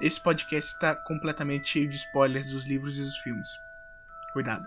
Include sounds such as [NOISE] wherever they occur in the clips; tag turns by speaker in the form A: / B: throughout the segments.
A: Esse podcast está completamente cheio de spoilers dos livros e dos filmes. Cuidado.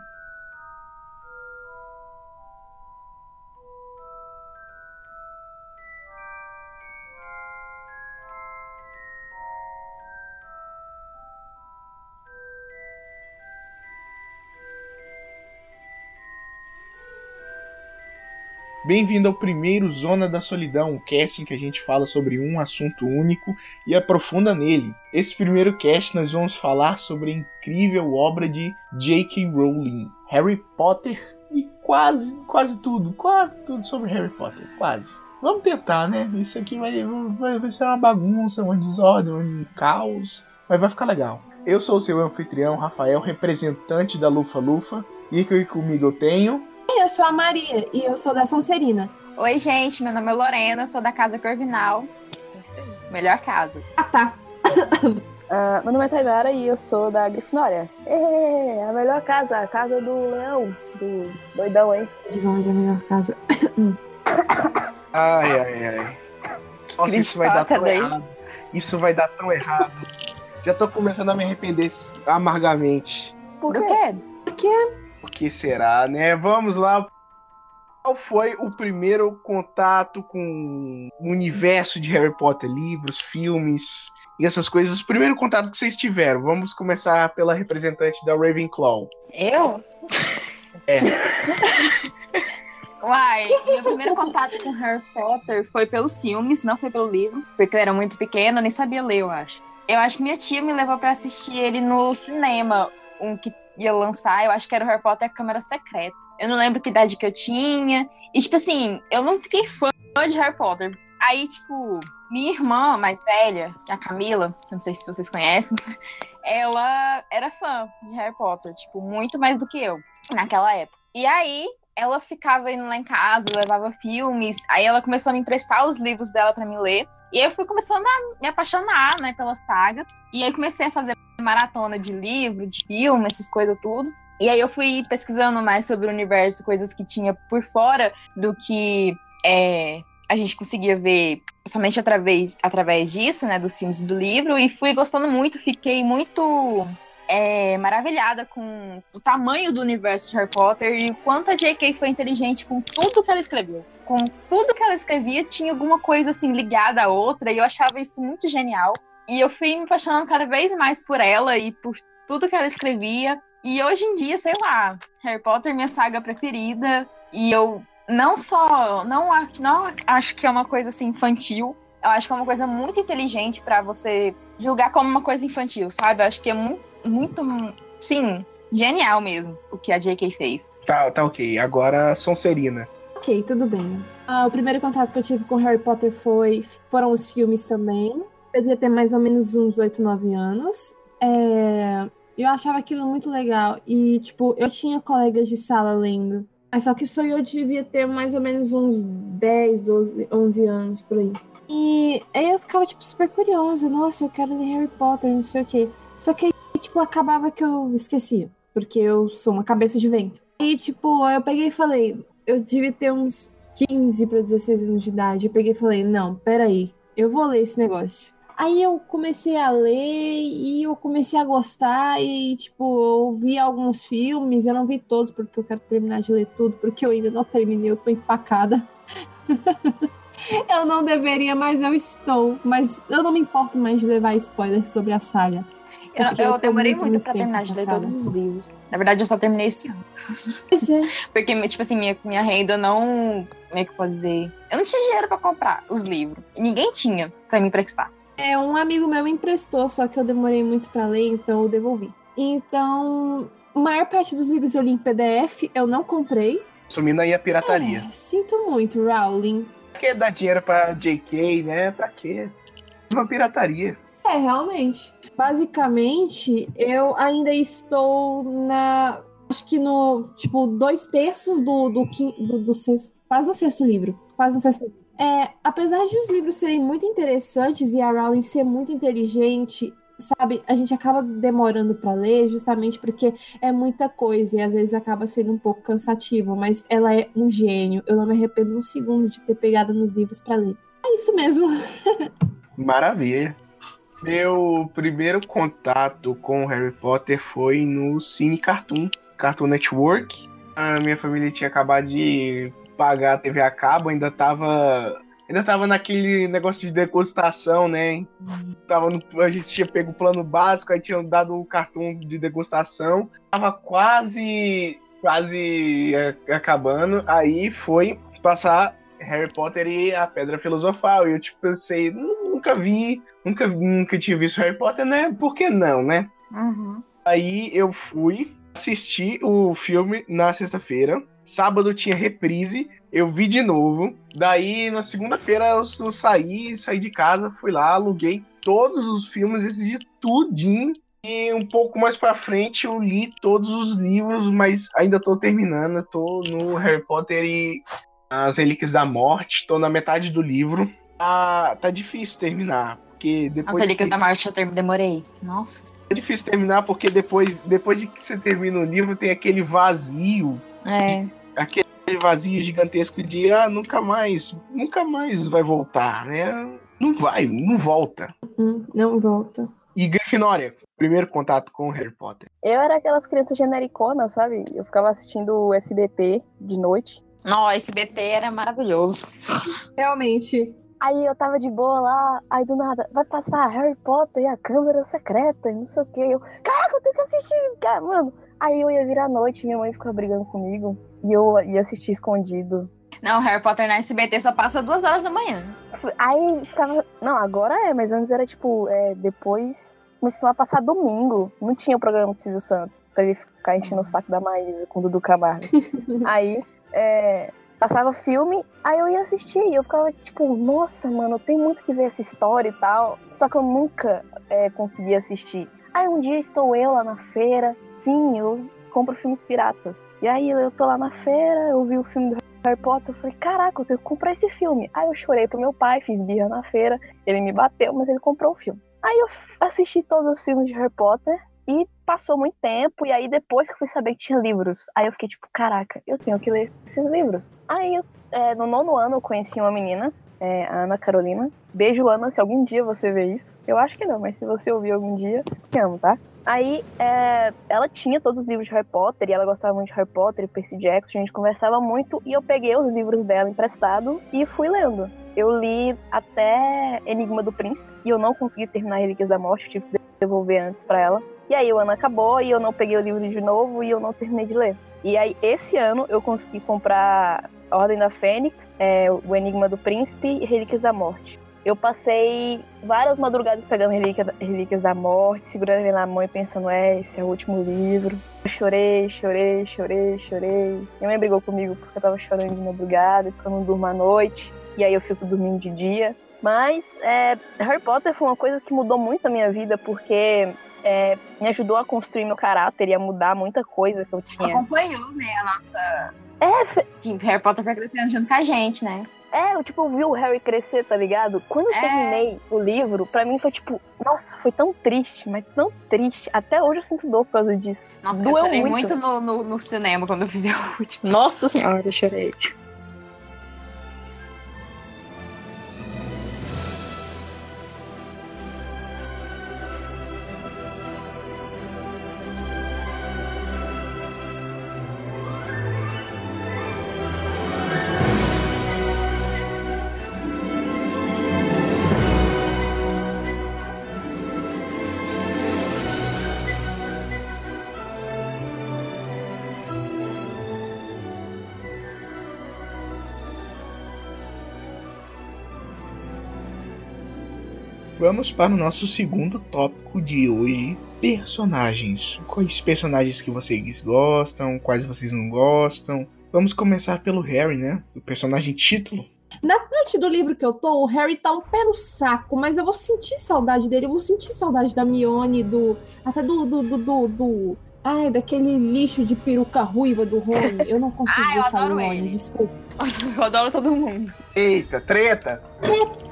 A: Bem-vindo ao primeiro Zona da Solidão, o cast em que a gente fala sobre um assunto único e aprofunda nele. Esse primeiro cast nós vamos falar sobre a incrível obra de J.K. Rowling, Harry Potter e quase, quase tudo, quase tudo sobre Harry Potter, quase. Vamos tentar, né? Isso aqui vai, vai, vai ser uma bagunça, uma desordem, um caos, mas vai ficar legal. Eu sou o seu anfitrião, Rafael, representante da Lufa Lufa, e aqui comigo eu tenho...
B: Oi, eu sou a Maria e eu sou da Sonserina.
C: Oi, gente, meu nome é Lorena, eu sou da Casa Corvinal. Melhor casa.
B: Ah, tá.
D: Ah, meu nome é Tainara e eu sou da Grifinória. É a melhor casa, a casa do leão, do doidão, hein?
B: De onde é a melhor casa?
A: Ai, ai, ai. Nossa, isso vai dar
C: Cristosa
A: tão
C: daí.
A: errado. Isso vai dar tão errado. Já tô começando a me arrepender amargamente.
D: Por
C: Do
D: quê?
C: quê?
A: O que será, né? Vamos lá. Qual foi o primeiro contato com o universo de Harry Potter? Livros, filmes e essas coisas. O primeiro contato que vocês tiveram. Vamos começar pela representante da Ravenclaw.
C: Eu?
A: É.
C: [LAUGHS] Uai, meu primeiro contato com Harry Potter foi pelos filmes, não foi pelo livro. Porque eu era muito pequena, eu nem sabia ler, eu acho. Eu acho que minha tia me levou pra assistir ele no cinema, um que ia lançar, eu acho que era o Harry Potter Câmara Secreta. Eu não lembro que idade que eu tinha. E, tipo assim, eu não fiquei fã de Harry Potter. Aí, tipo, minha irmã mais velha, que é a Camila, que eu não sei se vocês conhecem, ela era fã de Harry Potter, tipo, muito mais do que eu naquela época. E aí, ela ficava indo lá em casa, levava filmes. Aí ela começou a me emprestar os livros dela pra me ler. E aí eu fui começando a me apaixonar, né, pela saga. E aí comecei a fazer maratona de livro, de filme, essas coisas tudo. E aí eu fui pesquisando mais sobre o universo, coisas que tinha por fora do que é, a gente conseguia ver somente através, através disso, né, dos filmes e do livro. E fui gostando muito, fiquei muito é, maravilhada com o tamanho do universo de Harry Potter e o quanto a J.K. foi inteligente com tudo que ela escreveu. Com tudo que ela escrevia, tinha alguma coisa assim ligada à outra, e eu achava isso muito genial. E eu fui me apaixonando cada vez mais por ela e por tudo que ela escrevia. E hoje em dia, sei lá, Harry Potter é minha saga preferida. E eu não só não, a- não acho que é uma coisa assim infantil, eu acho que é uma coisa muito inteligente pra você julgar como uma coisa infantil, sabe? Eu acho que é muito muito, sim, genial mesmo o que a J.K. fez.
A: Tá, tá ok. Agora a Sonserina.
B: ok, tudo bem. Ah, o primeiro contato que eu tive com Harry Potter foi foram os filmes também. Eu devia ter mais ou menos uns 8, 9 anos. É, Eu achava aquilo muito legal. E, tipo, eu tinha colegas de sala lendo. Mas só que isso aí eu devia ter mais ou menos uns 10, 12, 11 anos por aí. E aí eu ficava, tipo, super curiosa. Nossa, eu quero ler Harry Potter, não sei o quê. Só que aí, tipo, acabava que eu esquecia. Porque eu sou uma cabeça de vento. E, tipo, eu peguei e falei, eu devia ter uns 15 para 16 anos de idade. Eu peguei e falei: não, peraí, eu vou ler esse negócio. Aí eu comecei a ler e eu comecei a gostar e, tipo, eu vi alguns filmes, eu não vi todos porque eu quero terminar de ler tudo, porque eu ainda não terminei, eu tô empacada. [LAUGHS] eu não deveria, mas eu estou. Mas eu não me importo mais de levar spoilers sobre a saga.
C: Eu,
B: Porque
C: eu
B: eu tô
C: demorei
B: muito,
C: muito,
B: muito
C: pra
B: tempo
C: terminar de ler
B: empacada.
C: todos os livros. Na verdade, eu só terminei esse ano.
B: Pois é.
C: Porque, tipo assim, minha, minha renda não. Como é que eu posso dizer? Eu não tinha dinheiro pra comprar os livros. E Ninguém tinha pra me emprestar.
B: É, um amigo meu me emprestou, só que eu demorei muito pra ler, então eu devolvi. Então, a maior parte dos livros eu li em PDF, eu não comprei.
A: Sumindo aí a pirataria.
B: É, sinto muito, Rowling.
A: Pra que dar dinheiro pra JK, né? Pra quê? Uma pirataria.
B: É, realmente. Basicamente, eu ainda estou na. Acho que no. Tipo, dois terços do, do, quin- do, do sexto. Quase no sexto livro. Quase no sexto livro. É, apesar de os livros serem muito interessantes e a Rowling ser muito inteligente, sabe? A gente acaba demorando pra ler justamente porque é muita coisa e às vezes acaba sendo um pouco cansativo, mas ela é um gênio. Eu não me arrependo um segundo de ter pegado nos livros pra ler. É isso mesmo.
A: Maravilha. Meu primeiro contato com Harry Potter foi no Cine Cartoon, Cartoon Network. A minha família tinha acabado de pagar a TV a cabo, ainda tava. Ainda tava naquele negócio de degustação, né? Tava no- a gente tinha pego o plano básico, aí tinham dado o cartão de degustação. Tava quase. quase a- acabando. Aí foi passar Harry Potter e a Pedra Filosofal. E eu tipo pensei, "Nu- nunca vi, nunca, nunca tinha visto Harry Potter, né? Por que não, né?
C: Uhum.
A: Aí eu fui assistir o filme na sexta-feira. Sábado tinha reprise, eu vi de novo. Daí na segunda-feira eu, s- eu saí, saí de casa, fui lá, aluguei todos os filmes, assisti tudinho. E um pouco mais pra frente eu li todos os livros, mas ainda tô terminando. Eu tô no Harry Potter e as Relíquias da Morte, tô na metade do livro. Tá, tá difícil terminar, porque depois.
C: Nossa,
A: que-
C: Relíquias da Morte eu term- demorei. Nossa.
A: é difícil terminar porque depois, depois de que você termina o livro tem aquele vazio,
C: É.
A: aquele vazio gigantesco de ah, nunca mais, nunca mais vai voltar, né? Não vai, não volta.
E: Hum, não volta.
A: E Grifinória, primeiro contato com Harry Potter.
D: Eu era aquelas crianças genericonas, sabe? Eu ficava assistindo o SBT de noite.
C: Não, esse BT era maravilhoso.
E: Realmente.
D: Aí eu tava de boa lá, aí do nada, vai passar Harry Potter e a Câmara Secreta e não sei o que. Eu, caraca, eu tenho que assistir, cara, mano. Aí eu ia vir à noite, minha mãe ficava brigando comigo. E eu ia assistir escondido.
C: Não, Harry Potter na SBT só passa duas horas da manhã.
D: Aí ficava. Não, agora é, mas antes era tipo, é, depois começou a passar domingo. Não tinha o programa do Silvio Santos pra ele ficar enchendo o saco da Maísa com o Dudu Camargo. aí é, passava filme, aí eu ia assistir. E eu ficava tipo, nossa, mano, tem muito que ver essa história e tal. Só que eu nunca é, conseguia assistir. Aí um dia estou eu lá na feira. Sim, eu compro filmes piratas. E aí eu tô lá na feira, eu vi o filme do Harry Potter, eu falei, caraca, eu tenho que comprar esse filme. Aí eu chorei pro meu pai, fiz birra na feira, ele me bateu, mas ele comprou o filme. Aí eu assisti todos os filmes de Harry Potter e passou muito tempo, e aí depois que eu fui saber que tinha livros, aí eu fiquei tipo, caraca, eu tenho que ler esses livros. Aí eu, é, no nono ano eu conheci uma menina, é, a Ana Carolina. Beijo, Ana, se algum dia você vê isso. Eu acho que não, mas se você ouvir algum dia, te amo, tá? Aí é, ela tinha todos os livros de Harry Potter e ela gostava muito de Harry Potter e Percy Jackson, a gente conversava muito e eu peguei os livros dela emprestado e fui lendo. Eu li até Enigma do Príncipe e eu não consegui terminar Relíquias da Morte, eu tive que devolver antes pra ela. E aí o ano acabou e eu não peguei o livro de novo e eu não terminei de ler. E aí esse ano eu consegui comprar A Ordem da Fênix, é, o Enigma do Príncipe e Relíquias da Morte. Eu passei várias madrugadas pegando relíquia- Relíquias da Morte, segurando ele na mão e pensando, é, esse é o último livro. Eu chorei, chorei, chorei, chorei. Minha mãe brigou comigo porque eu tava chorando de madrugada, porque eu não durmo à noite, e aí eu fico dormindo de dia. Mas é, Harry Potter foi uma coisa que mudou muito a minha vida, porque é, me ajudou a construir meu caráter e a mudar muita coisa que eu tinha.
C: Acompanhou, né, a nossa...
D: É,
C: Sim, Harry Potter foi crescendo junto com a gente, né?
D: É, eu, tipo, vi o Harry crescer, tá ligado? Quando eu
C: É.
D: terminei o livro, pra mim foi tipo, nossa, foi tão triste, mas tão triste. Até hoje eu sinto dor por causa disso.
C: Nossa,
D: Doeu
C: eu chorei
D: muito.
C: muito, no, no, no cinema quando eu vi o último. Nossa senhora, Ah, eu chorei.
A: Vamos para o nosso segundo tópico de hoje: personagens. Quais personagens que vocês gostam, quais vocês não gostam? Vamos começar pelo Harry, né? O personagem título.
E: Na parte do livro que eu tô, o Harry tá um pé no saco, mas eu vou sentir saudade dele, eu vou sentir saudade da Mione, do. Até do. do, do, do, do- ai, daquele lixo de peruca ruiva do Rony. Eu não
D: [LAUGHS]
E: consigo
C: Ah, eu
E: gostar do
C: adoro
E: Rony,
C: ele.
E: desculpa.
C: [LAUGHS] Eu adoro todo mundo.
A: Eita, treta!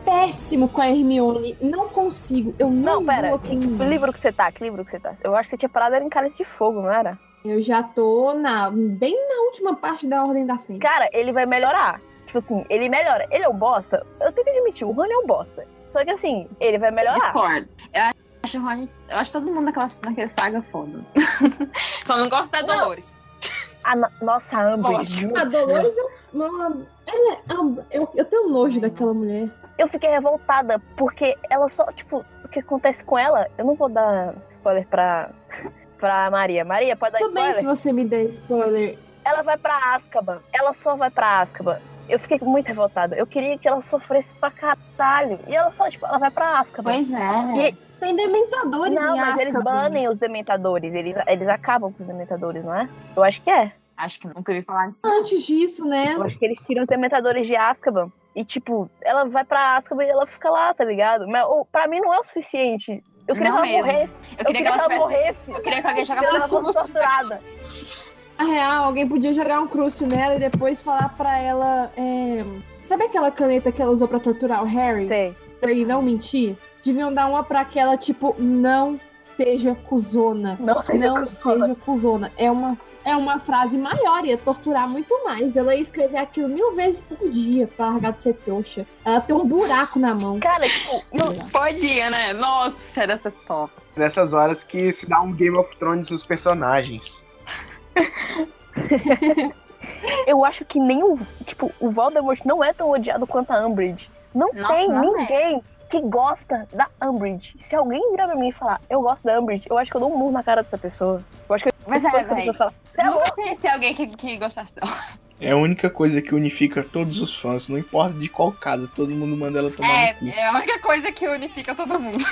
E: Péssimo com a Hermione, não consigo. Eu não,
D: Não, pera,
C: um
E: vou
D: que, que livro que você tá? Que livro que você tá? Eu acho que você tinha parado era em Cálice de Fogo, não era?
E: Eu já tô na, bem na última parte da Ordem da Fênix.
D: Cara, ele vai melhorar. Tipo assim, ele melhora. Ele é um bosta. Eu tenho que admitir, o Rony é um bosta. Só que assim, ele vai
C: Ah.
D: melhorar.
C: Discordo. Eu acho o Rony. Eu acho todo mundo naquela, naquela saga foda. [LAUGHS] Só não gosto da
D: Não.
C: Dolores.
D: A no- nossa, a Amber.
C: Lógico.
E: Ah,
D: juro.
B: A Dolores é uma. Ela é- ah, eu, eu tenho nojo daquela mulher.
D: Eu fiquei revoltada porque ela só, tipo, o que acontece com ela, eu não vou dar spoiler pra, [LAUGHS] pra Maria. Maria, pode dar
B: Também, se
D: spoiler?
B: você me der spoiler,
D: Ela vai pra Azkaban. Ela só vai pra Azkaban. Eu fiquei muito revoltada. Eu queria que ela sofresse pra caralho. E ela só, tipo, ela vai pra Azkaban.
C: Pois é.
B: tem dementadores
D: Não,
B: em
D: mas eles
B: Azkaban.
D: banem os dementadores. Eles, eles acabam com os dementadores, não é? Eu acho que é.
C: Acho que nunca ouvi falar disso.
B: Antes disso, né?
C: Hum.
D: Eu acho que eles tiram os dementadores de Azkaban. E, tipo, ela vai pra Azkaban e ela fica lá, tá ligado? Mas ô, pra mim não é o suficiente. Eu queria
C: Não
D: que ela
C: mesmo.
D: morresse.
C: Eu queria que ela tivesse.
D: morresse.
C: Eu queria que alguém
D: Eu
C: jogasse
D: queria
C: ela
D: que ela fosse
C: no
D: torturada.
B: Na real, alguém podia jogar um crucio nela e depois falar pra ela. é, Sabe aquela caneta que ela usou pra torturar o Harry?
D: Sei.
B: Pra ele não mentir? Deviam dar uma pra aquela, tipo, não seja cuzona.
D: Não sei
B: não
D: do que eu tô falando.
B: seja cuzona. É uma, é uma frase maior, ia torturar muito mais. Ela ia escrever aquilo mil vezes por dia pra largar de ser trouxa. Ela tem um buraco na mão.
D: Cara, tipo, eu-
C: Podia, né? Nossa, era essa top.
A: Nessas horas que se dá um Game of Thrones nos personagens.
D: eu acho que nem o. Tipo, o Voldemort não é tão odiado quanto a Umbridge. Não
C: Nossa,
D: tem
C: não é.
D: ninguém que gosta da Umbridge. Se alguém virar pra mim e falar, eu gosto da Umbridge, eu acho que eu dou um murro na cara dessa pessoa. Eu acho que
C: Mas
D: quando
C: é,
D: essa pessoa
C: velho.
D: fala, "Cê é
C: Nunca conheci alguém que, que gostasse dela.
A: É a única coisa que unifica todos os fãs, não importa de qual casa, todo mundo manda ela tomar no cu.
C: É, é a única coisa que unifica todo mundo.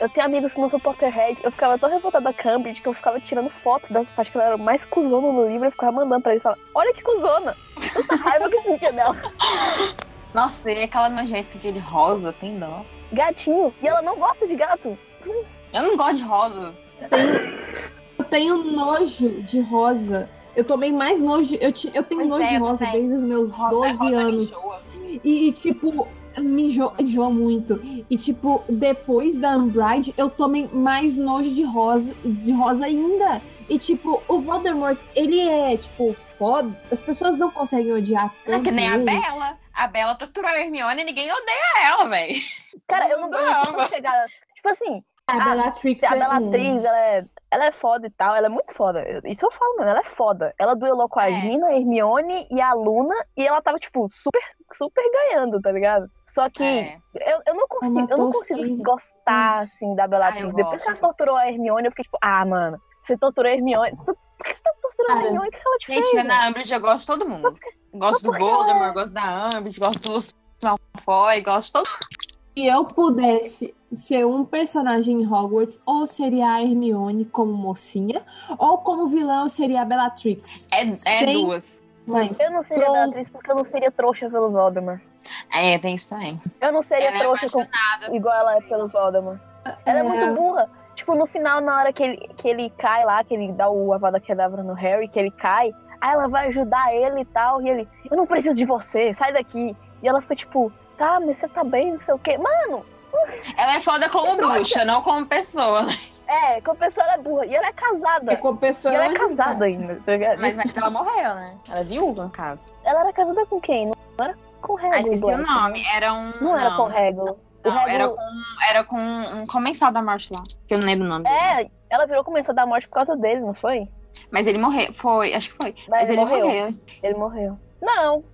D: Eu tenho amigos que não são Potterhead. Eu ficava tão revoltada com a Cambridge que eu ficava tirando fotos das partes que ela era mais cuzona no livro. Eu ficava mandando pra eles falar: Olha que cuzona! Tanta raiva que eu sentia dela.
C: Nossa, e aquela nojenta com aquele rosa, tem dó.
D: Gatinho. E ela não gosta de gato.
C: Eu não gosto de rosa.
B: Eu tenho, eu tenho nojo de rosa. Eu tomei mais nojo. de- Eu, ti- eu tenho
C: Pois
B: nojo
C: é,
B: de
C: eu
B: rosa
C: também.
B: desde os meus
C: Rosa, é
B: 12
C: rosa me
B: anos.
C: enjoa.
B: E, e, tipo, me enjoa, enjoa muito. E, tipo, depois da Unbride, eu tomei mais nojo de rosa, de rosa ainda. E, tipo, o Voldemort, ele é, tipo, foda. As pessoas não conseguem odiar tanto.
C: É que nem a
B: ele.
C: Bela. A Bela torturou a Hermione e ninguém odeia ela, velho.
D: Cara, eu não
C: Não,
D: gosto
C: mano.
D: de chegar. Tipo assim,
B: A
D: Ah,
B: Bellatrix
D: a
B: é
D: Bellatrix, ela é. Ela é foda e tal, ela é muito foda. Eu- Isso eu falo, mano, ela é foda. Ela duelou com a
C: É.
D: Gina, a Hermione e a Luna, e ela tava, tipo, super, super ganhando, tá ligado? Só que
C: É.
D: Eu, eu não consigo, eu
B: matou
D: não
B: o
D: consigo
B: Cid.
D: gostar, assim, da
C: Ah, eu
D: Bellatrix. Depois que ela
C: gosto.
D: torturou a Hermione, eu fiquei tipo, ah, mano, você torturou a Hermione. Por que você tá torturando
B: Cara.
D: a Hermione? O que ela te fez?
C: Gente, né, na Umbridge eu gosto de todo mundo. Gosto do
D: mas por que ela
C: Voldemort, gosto da Umbridge, gosto do Lucius Malfoy, gosto de todo
B: Se eu pudesse ser um personagem em Hogwarts, ou seria a Hermione como mocinha, ou como vilã eu seria a Bellatrix.
C: É, é
B: Sim.
C: duas.
B: Mas
D: Eu não seria
B: Pronto.
D: Bellatrix porque eu não seria trouxa pelo Voldemort.
C: É, tem isso também.
D: Eu não seria
C: Ela é
D: trouxa com- igual ela é pelo Voldemort. Ela é, muito burra. Tipo, no final, na hora que ele, que ele cai lá, que ele dá o Avada Kedavra no Harry, que ele cai, aí ela vai ajudar ele e tal, e ele, eu não preciso de você, sai daqui. E ela fica tipo, tá, mas você tá bem, não sei o quê. Mano,
C: Ela é foda como
D: Trouxa.
C: bruxa, não como
D: [LAUGHS]
C: pessoa. né?
D: é, como pessoa ela é burra. E ela é casada.
B: é com pessoa
D: E ela
B: é
D: é
B: uma
D: casada
B: desgraça.
D: ainda, tá ligado?
C: Mas, mas ela morreu, né? Ela é viúva, no caso.
D: Ela era casada com quem? Não era com o Regulo.
C: Ah, esqueci o
D: acho,
C: nome.
D: né?
C: Era um.
D: Não, era com o Regulo. O
C: não, era
D: Regulo...
C: com, era com um comensal da morte lá. Que eu não lembro o nome. dele.
D: É, ela virou começou da morte por causa dele, não foi?
C: Mas ele morreu. Foi, acho que foi. Mas,
D: Mas
C: ele
D: ele
C: morreu.
D: Ele morreu. Não,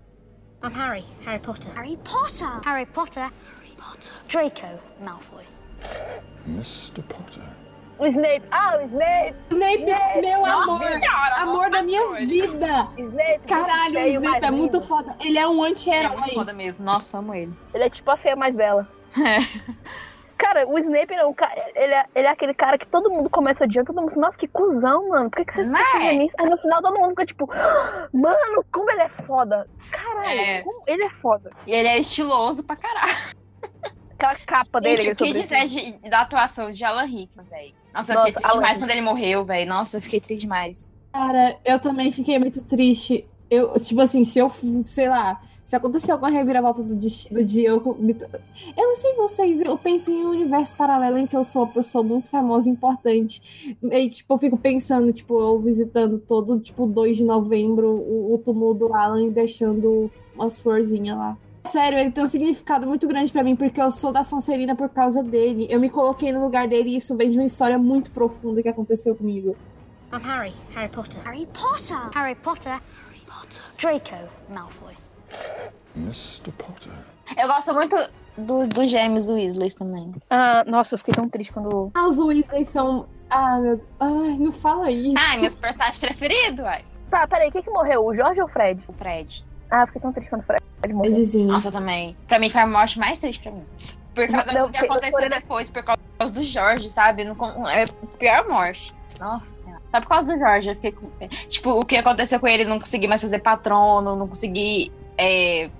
F: I'm Harry, Harry Potter. Harry Potter. Harry Potter. Harry Potter. Draco Malfoy.
G: Mr. Potter.
D: o Snape. Ah, o Snape.
B: Snape,
D: é,
B: meu
C: Nossa
B: Um amor.
C: senhora!
B: Amor da minha
C: coisa.
B: vida.
D: Snape.
B: Caralho, o
D: feio, mas
B: Snape é
D: lindo.
B: muito foda. Ele é um
C: Ele é muito
B: anti-herói.
C: foda mesmo. Nossa, amo ele.
D: Ele é tipo a feia
C: [LAUGHS]
D: mais bela.
C: É.
D: Cara, o Snape não, ca- ele é, ele é aquele cara que todo mundo começa odiando, todo mundo, nossa, que cuzão, mano, por que, que você tá
C: Não
D: fazendo
C: é?
D: isso? Aí no final todo mundo fica tipo, mano, como ele é foda. Caralho,
C: É.
D: como ele é foda.
C: E ele é estiloso pra caralho.
D: Aquela capa dele.
C: Gente,
D: ele
C: o que
D: sobre-
C: dizer de- da atuação de Alan Rickman, velho? Nossa, eu
D: Nossa,
C: fiquei triste
D: Alan
C: demais
D: Rickman.
C: quando ele morreu, velho. Nossa, eu fiquei triste demais.
B: Cara, eu também fiquei muito triste. Eu, tipo assim, se eu, fu- sei lá, se acontecer alguma reviravolta do destino de eu. me- Eu não sei vocês, eu penso em um universo paralelo em que eu sou uma pessoa muito famosa e importante. E, tipo, eu fico pensando, tipo, eu visitando todo, tipo, 2 de novembro, o, o túmulo do Alan e deixando umas florzinhas lá. sério, ele tem um significado muito grande pra mim, porque eu sou da Sonserina por causa dele. Eu me coloquei no lugar dele e isso vem de uma história muito profunda que aconteceu comigo.
F: I'm Harry, Harry Potter. Harry Potter. Harry Potter. Harry Potter. Draco Malfoy.
H: Mr. Potter.
C: Eu gosto muito do- dos gêmeos Weasleys também.
D: Ah, nossa, eu fiquei tão triste quando.
B: Ah, os Weasley são. Ah, meu. Ai, não fala isso.
C: Ai, meus personagens preferidos, uai.
D: Tá, peraí, quem que morreu? O Jorge ou o Fred?
C: O Fred.
D: Ah, eu fiquei tão triste quando o Fred morreu.
B: Edezinho.
C: Nossa, também. Pra mim foi a morte mais triste pra mim. Por causa
D: Não, né?
C: do que
D: eu- eu
C: aconteceu
D: chorei.
C: depois, por causa do Jorge, sabe? Não con- é a pior morte. Nossa senhora. Só por causa do Jorge. Eu fiquei com... é, Tipo, o que aconteceu com ele, não consegui mais fazer patrono, não consegui. é,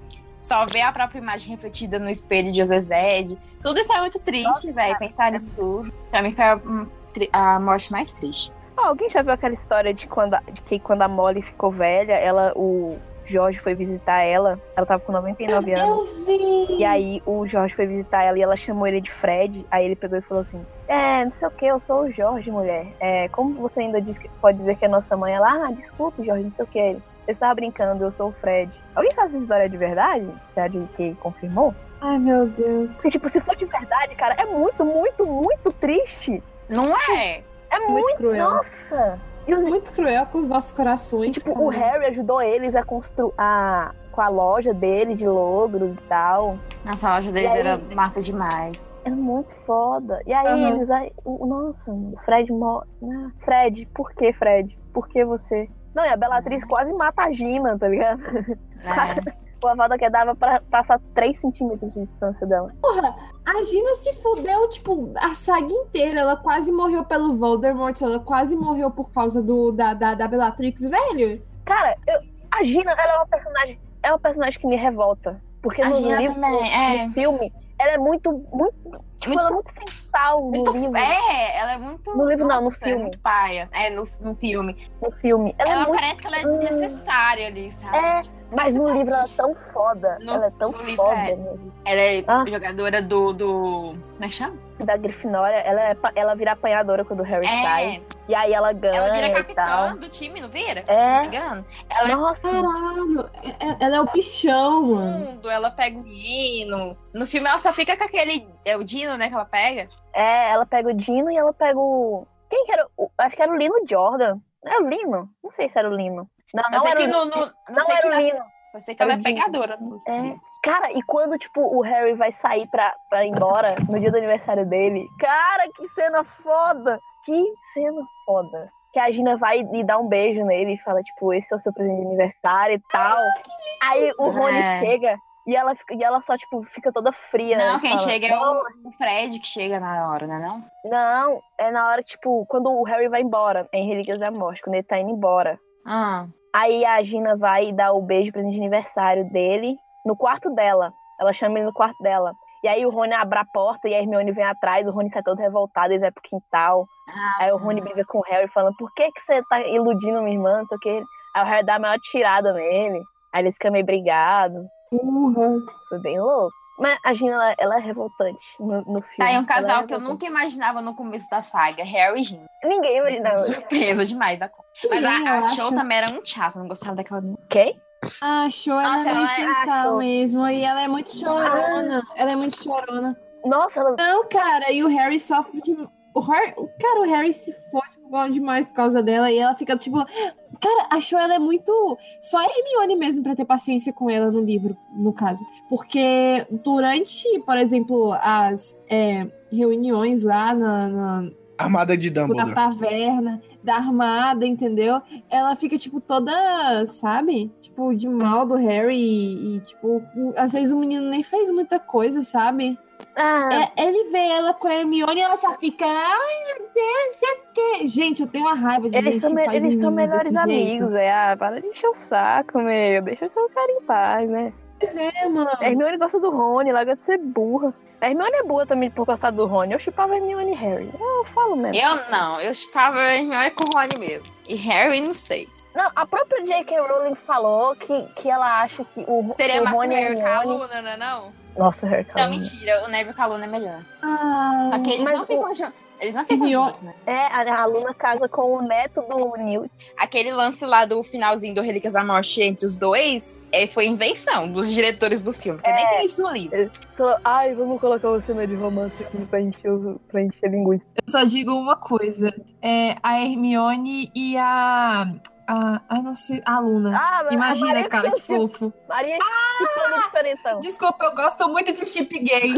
C: Só ver a própria imagem refletida no espelho de Ozezed. Tudo isso é muito triste, velho.
D: é
C: Pensar nisso tudo. Pra mim foi a, hum, tri- a morte mais triste.
D: Ah, alguém já viu aquela história de, quando a- de que quando a Molly ficou velha, ela, o Jorge foi visitar ela. Ela tava com 99 anos.
B: Eu vi!
D: E aí o Jorge foi visitar ela e ela chamou ele de Fred. Aí ele pegou e falou assim: É, não sei o que, eu sou o Jorge, mulher. É, como você ainda diz que- pode dizer que é nossa mãe? Ela, ah, desculpe, Jorge, não sei o que. Ele, eu estava brincando, eu sou o Fred. Alguém sabe se essa história é de verdade? Se a que confirmou?
B: Ai, meu Deus.
D: Porque, tipo, se for de verdade, cara, é muito, muito, muito triste.
C: Não é?
D: É muito.
B: Muito cruel.
D: Nossa! E os,
B: Muito cruel com os nossos corações.
D: Tipo,
B: cara.
D: o Harry ajudou eles a construir a, com a loja dele de logros e tal.
C: Nossa, a loja deles
D: E aí-
C: era massa demais.
D: Era É muito foda. E aí
B: Aham.
D: eles. Aí, o- nossa, o Fred morre. Fred, por que Fred? Por que você? Não, e a Belatriz quase mata a Gina, tá ligado?
C: né?
D: O Avada é que dava pra passar 3 centímetros de distância dela.
B: A Gina se fudeu, tipo, a saga inteira. Ela quase morreu pelo Voldemort, ela quase morreu por causa do, da, da, da Bellatrix, velho.
D: Cara, eu, a Gina, ela é uma personagem. É uma personagem que me revolta. [LAUGHS] Porque
C: A
D: no
C: Gina
D: livro,
C: também, é.
D: no filme, ela é muito. muito, tipo, ela é muito sensual no
C: Muito
D: livro.
C: É, ela é muito.
D: No livro não, no
C: nossa, é
D: filme.
C: muito paia. É, no, no filme.
D: No filme. Ela,
C: Ela,
D: é muito
C: parece que ela é desnecessária ali, sabe?
D: É,
C: Tipo,
D: Mas no livro ela é tão foda.
C: No-
D: ela é tão
C: no livro
D: foda,
C: é.
D: meu.
C: Ela é
D: Ah.
C: jogadora do, do. Como é que chama?
D: Da Grifinória, ela, é, pa- ela vira apanhadora quando o Harry sai.
C: É,
D: E aí ela ganha
C: ela vira
D: e tal.
C: capitã do time, não vira?
D: É.
C: Se não me engano. Ela é
D: Nossa,
B: Caralho, é- é- ela é o bichão,
D: Hum.
C: do
B: mano.
C: mundo, ela pega o Dino. No filme ela só fica com aquele. É o Dino, né? Que ela pega.
D: é, ela pega o Dino e ela pega o. Quem que era? o- Acho que era o Lino Jordan. Era o Lino? Não sei se era o Lino. Não,
C: Eu
D: não
C: sei
D: era
C: que
D: o Lino.
C: no. no- não
D: Não
C: sei que
D: era o
C: na-
D: Lino.
C: Só sei que ela
D: Era
C: é
D: o Dino.
C: pegadora. não sei.
D: É. Cara, e quando, tipo, o Harry vai sair pra, pra ir embora no dia do aniversário dele? Cara, que cena foda! Que cena foda! Que a Gina vai e dá um beijo nele e fala, tipo, esse é o seu presente de aniversário e tal.
C: Ah,
D: Aí o Rony
C: É.
D: chega e ela, fica, e ela só, tipo, fica toda fria. né?
C: Não,
D: E
C: quem
D: fala,
C: chega é
D: "Não,
C: o Fred que chega na hora, né? Não?
D: Não, é na hora, tipo, quando o Harry vai embora, em Relíquias da Morte, quando ele tá indo embora.
C: Ah.
D: Aí a Gina vai dar o beijo presente de aniversário dele no quarto dela. Ela chama ele no quarto dela. E aí o Rony abre a porta e a Hermione vem atrás, o Rony sai todo revoltado, eles vai pro quintal. Aí o Rony briga com o Harry falando, por que que você tá iludindo minha irmã, não sei o que. Aí o Harry dá a maior tirada nele. Aí eles ficam meio brigados.
B: Porra.
D: Foi bem louco. Mas a Gina, ela, ela é revoltante no, no filme.
C: Tá aí um
D: Ela é
C: casal que eu
D: revoltante.
C: nunca imaginava no começo da saga, Harry e Gina.
D: Ninguém imaginava.
C: [LAUGHS] Surpresa demais da conta. Mas
B: Sim,
C: a,
B: eu
C: a show
B: acho.
C: também era um teatro, não gostava daquela menina.
D: Quem?
B: Ah, show, ela
C: Nossa,
B: é meio
C: ela é-
B: sensual
D: achou.
B: mesmo. E ela é muito chorona. Ela é muito chorona.
D: Nossa, ela
B: Não, cara, e o Harry sofre de. O Har... o- Cara, o Harry se fode mal demais por causa dela. E ela fica tipo. Cara, achou ela é muito. Só a Hermione mesmo pra ter paciência com ela no livro, no caso. Porque durante, por exemplo, as é, reuniões lá na- na,
A: Armada de
B: tipo,
A: Dumbledore.
B: da taverna, da armada, entendeu? Ela fica, tipo, toda, sabe? Tipo, de mal do Harry e, e, tipo, o- às vezes o menino nem fez muita coisa, sabe?
D: Ah,
B: É, ele vê ela com a Hermione e ela só fica, ai meu Deus, sei o quê. Gente, eu tenho uma raiva de
D: eles
B: gente
D: são,
B: que
D: me-
B: faz
D: eles são
B: menino desse
D: melhores
B: jeito.
D: amigos, é. Ah, para de encher o saco, meu. Deixa eu cara em paz, né?
B: Pois é, mano.
D: A Hermione gosta do Rony, ela gosta de ser burra. A Hermione é boa também por gostar do Rony. Eu chipava a Hermione e Harry. Não, eu falo mesmo.
C: Eu não, eu chupava a Hermione com o Rony mesmo. E Harry, não sei.
D: Não, a própria J.K. Rowling falou que, que ela acha que o,
C: Seria
D: o
C: mais o
D: Rony e a
C: Harry com a
D: Hermione...
C: Luna, não é não?
D: Nossa, o Harry
C: Não,
D: Calma.
C: mentira, o Neville com a Luna é melhor.
B: Ah,
C: Só que eles
D: Hum, mas
C: não têm
D: o-
C: conjunto. Eles não ficam
E: Hermione.
C: juntos, né?
D: É, a, a aluna casa com o neto do Newt.
C: Aquele lance lá do finalzinho do Relíquias da Morte entre os dois é, foi invenção dos diretores do filme. Porque
D: É.
C: nem tem isso no livro.
D: Só, ai, vamos colocar uma cena de romance aqui pra encher, o- pra encher linguiça.
E: Eu só digo uma coisa. É, a Hermione e a. A, a não sei. A Luna.
D: Ah, mas a
E: Imagina,
D: Maria
E: cara, que
D: que fofo.
E: fofo.
B: tipo,
D: Maria que plano diferentão.
E: Desculpa, eu gosto muito de chip
B: [LAUGHS]
E: gay.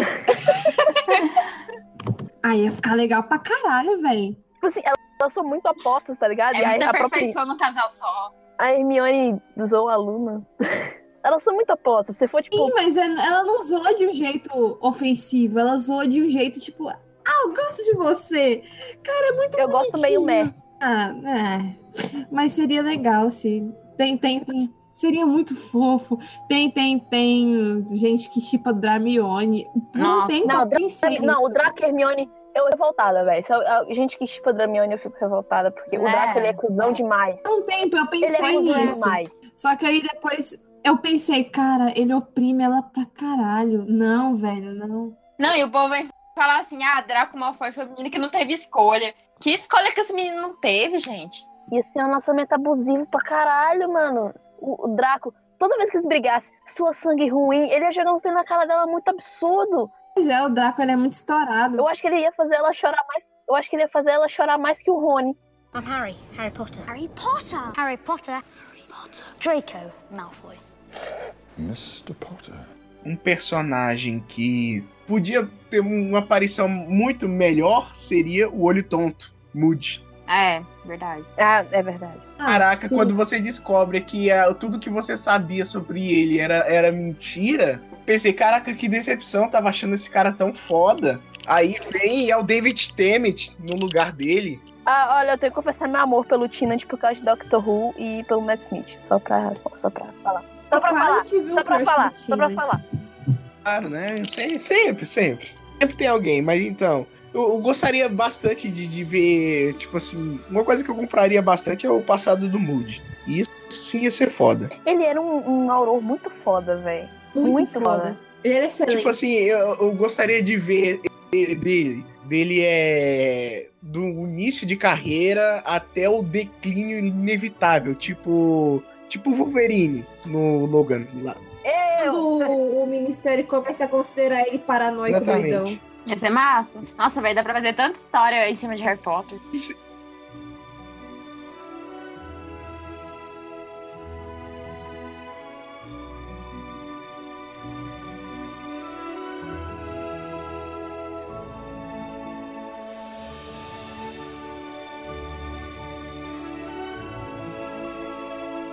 E: Aí ia ficar legal pra caralho, véi.
D: Tipo assim, elas, elas são muito opostas, tá ligado?
C: É
D: e aí
C: muita
D: a, própria,
C: perfeição num casal só.
D: a Hermione usou a Luna. [LAUGHS] elas são muito opostas. Se for, tipo,
E: Sim, mas en- ela não zoa de um jeito ofensivo. Ela zoa de um jeito tipo. Ah, eu gosto de você. Cara, é muito
D: eu gosto meio
E: bonitinho.
D: mer.
E: Ah, é. Mas seria legal se. Tem, tem, tem. Seria muito fofo. Tem, tem, tem gente que chipa Dramione. não
C: Nossa.
E: tem
D: Não,
E: como pensar
D: Não, o
E: nisso.
D: Draco e a Hermione, eu revoltada, velho. Se a- a Gente que chupa Dramione, eu fico revoltada, porque o
C: Né?
D: Draco ele é cuzão demais.
E: Não tem, eu
D: Ele é
E: pensei
D: cuzão
E: nisso.
D: demais.
E: Só que aí depois eu pensei, cara, ele oprime ela pra caralho. Não, velho, não.
C: Não, e o povo vai falar assim: ah, Draco Malfoy foi um menino que não teve escolha. Que escolha que esse menino não teve, gente?
D: Ia ser um lançamento abusivo pra caralho, mano. O, o Draco, toda vez que eles brigassem, sua sangue ruim, ele ia jogar um trem na cara dela muito absurdo.
E: Pois é, o Draco ele é muito estourado.
D: Eu acho que ele ia fazer ela chorar mais. Eu acho que ele ia fazer ela chorar mais que o Rony.
F: I'm Harry, Harry Potter. Harry Potter. Harry Potter. Harry Potter. Draco Malfoy.
I: Mr. Potter.
A: um personagem que podia ter uma aparição muito melhor seria o olho tonto, Moody.
C: É, verdade.
D: Ah, é verdade.
E: Ah,
A: Caraca,
E: sim.
A: quando você descobre que ah, tudo que você sabia sobre ele era, era mentira, pensei, caraca, que decepção, tava achando esse cara tão foda. Aí vem e é o David Temet no lugar dele.
D: Ah, olha, eu tenho que confessar meu amor pelo Teenant por causa de Doctor Who e pelo Matt Smith. Só pra, só pra falar. Só
E: Eu
D: pra
E: quase
D: falar.
E: tive um
D: Só pra
E: crush no
D: falar. Só pra
E: Tina.
D: falar.
A: Claro, né? Sempre, sempre, sempre. Sempre tem alguém, mas então. Eu, eu gostaria bastante de, de ver, tipo assim, uma coisa que eu compraria bastante é o passado do Moody. E isso, isso sim ia ser foda.
D: Ele era um, um auror muito foda, velho.
E: Muito,
D: Muito
E: foda.
D: foda.
E: Ele
B: é
E: era excelente.
A: Tipo assim, eu, eu gostaria de ver ele- dele. Dele é. Do início de carreira até o declínio inevitável. Tipo. Tipo o Wolverine no Logan. Lá.
D: Eu,
B: Quando o, o Ministério começa a considerar ele paranoico doidão.
A: Exatamente.
C: Ia ser massa. Nossa, vai dar pra fazer tanta história em cima de Harry Potter.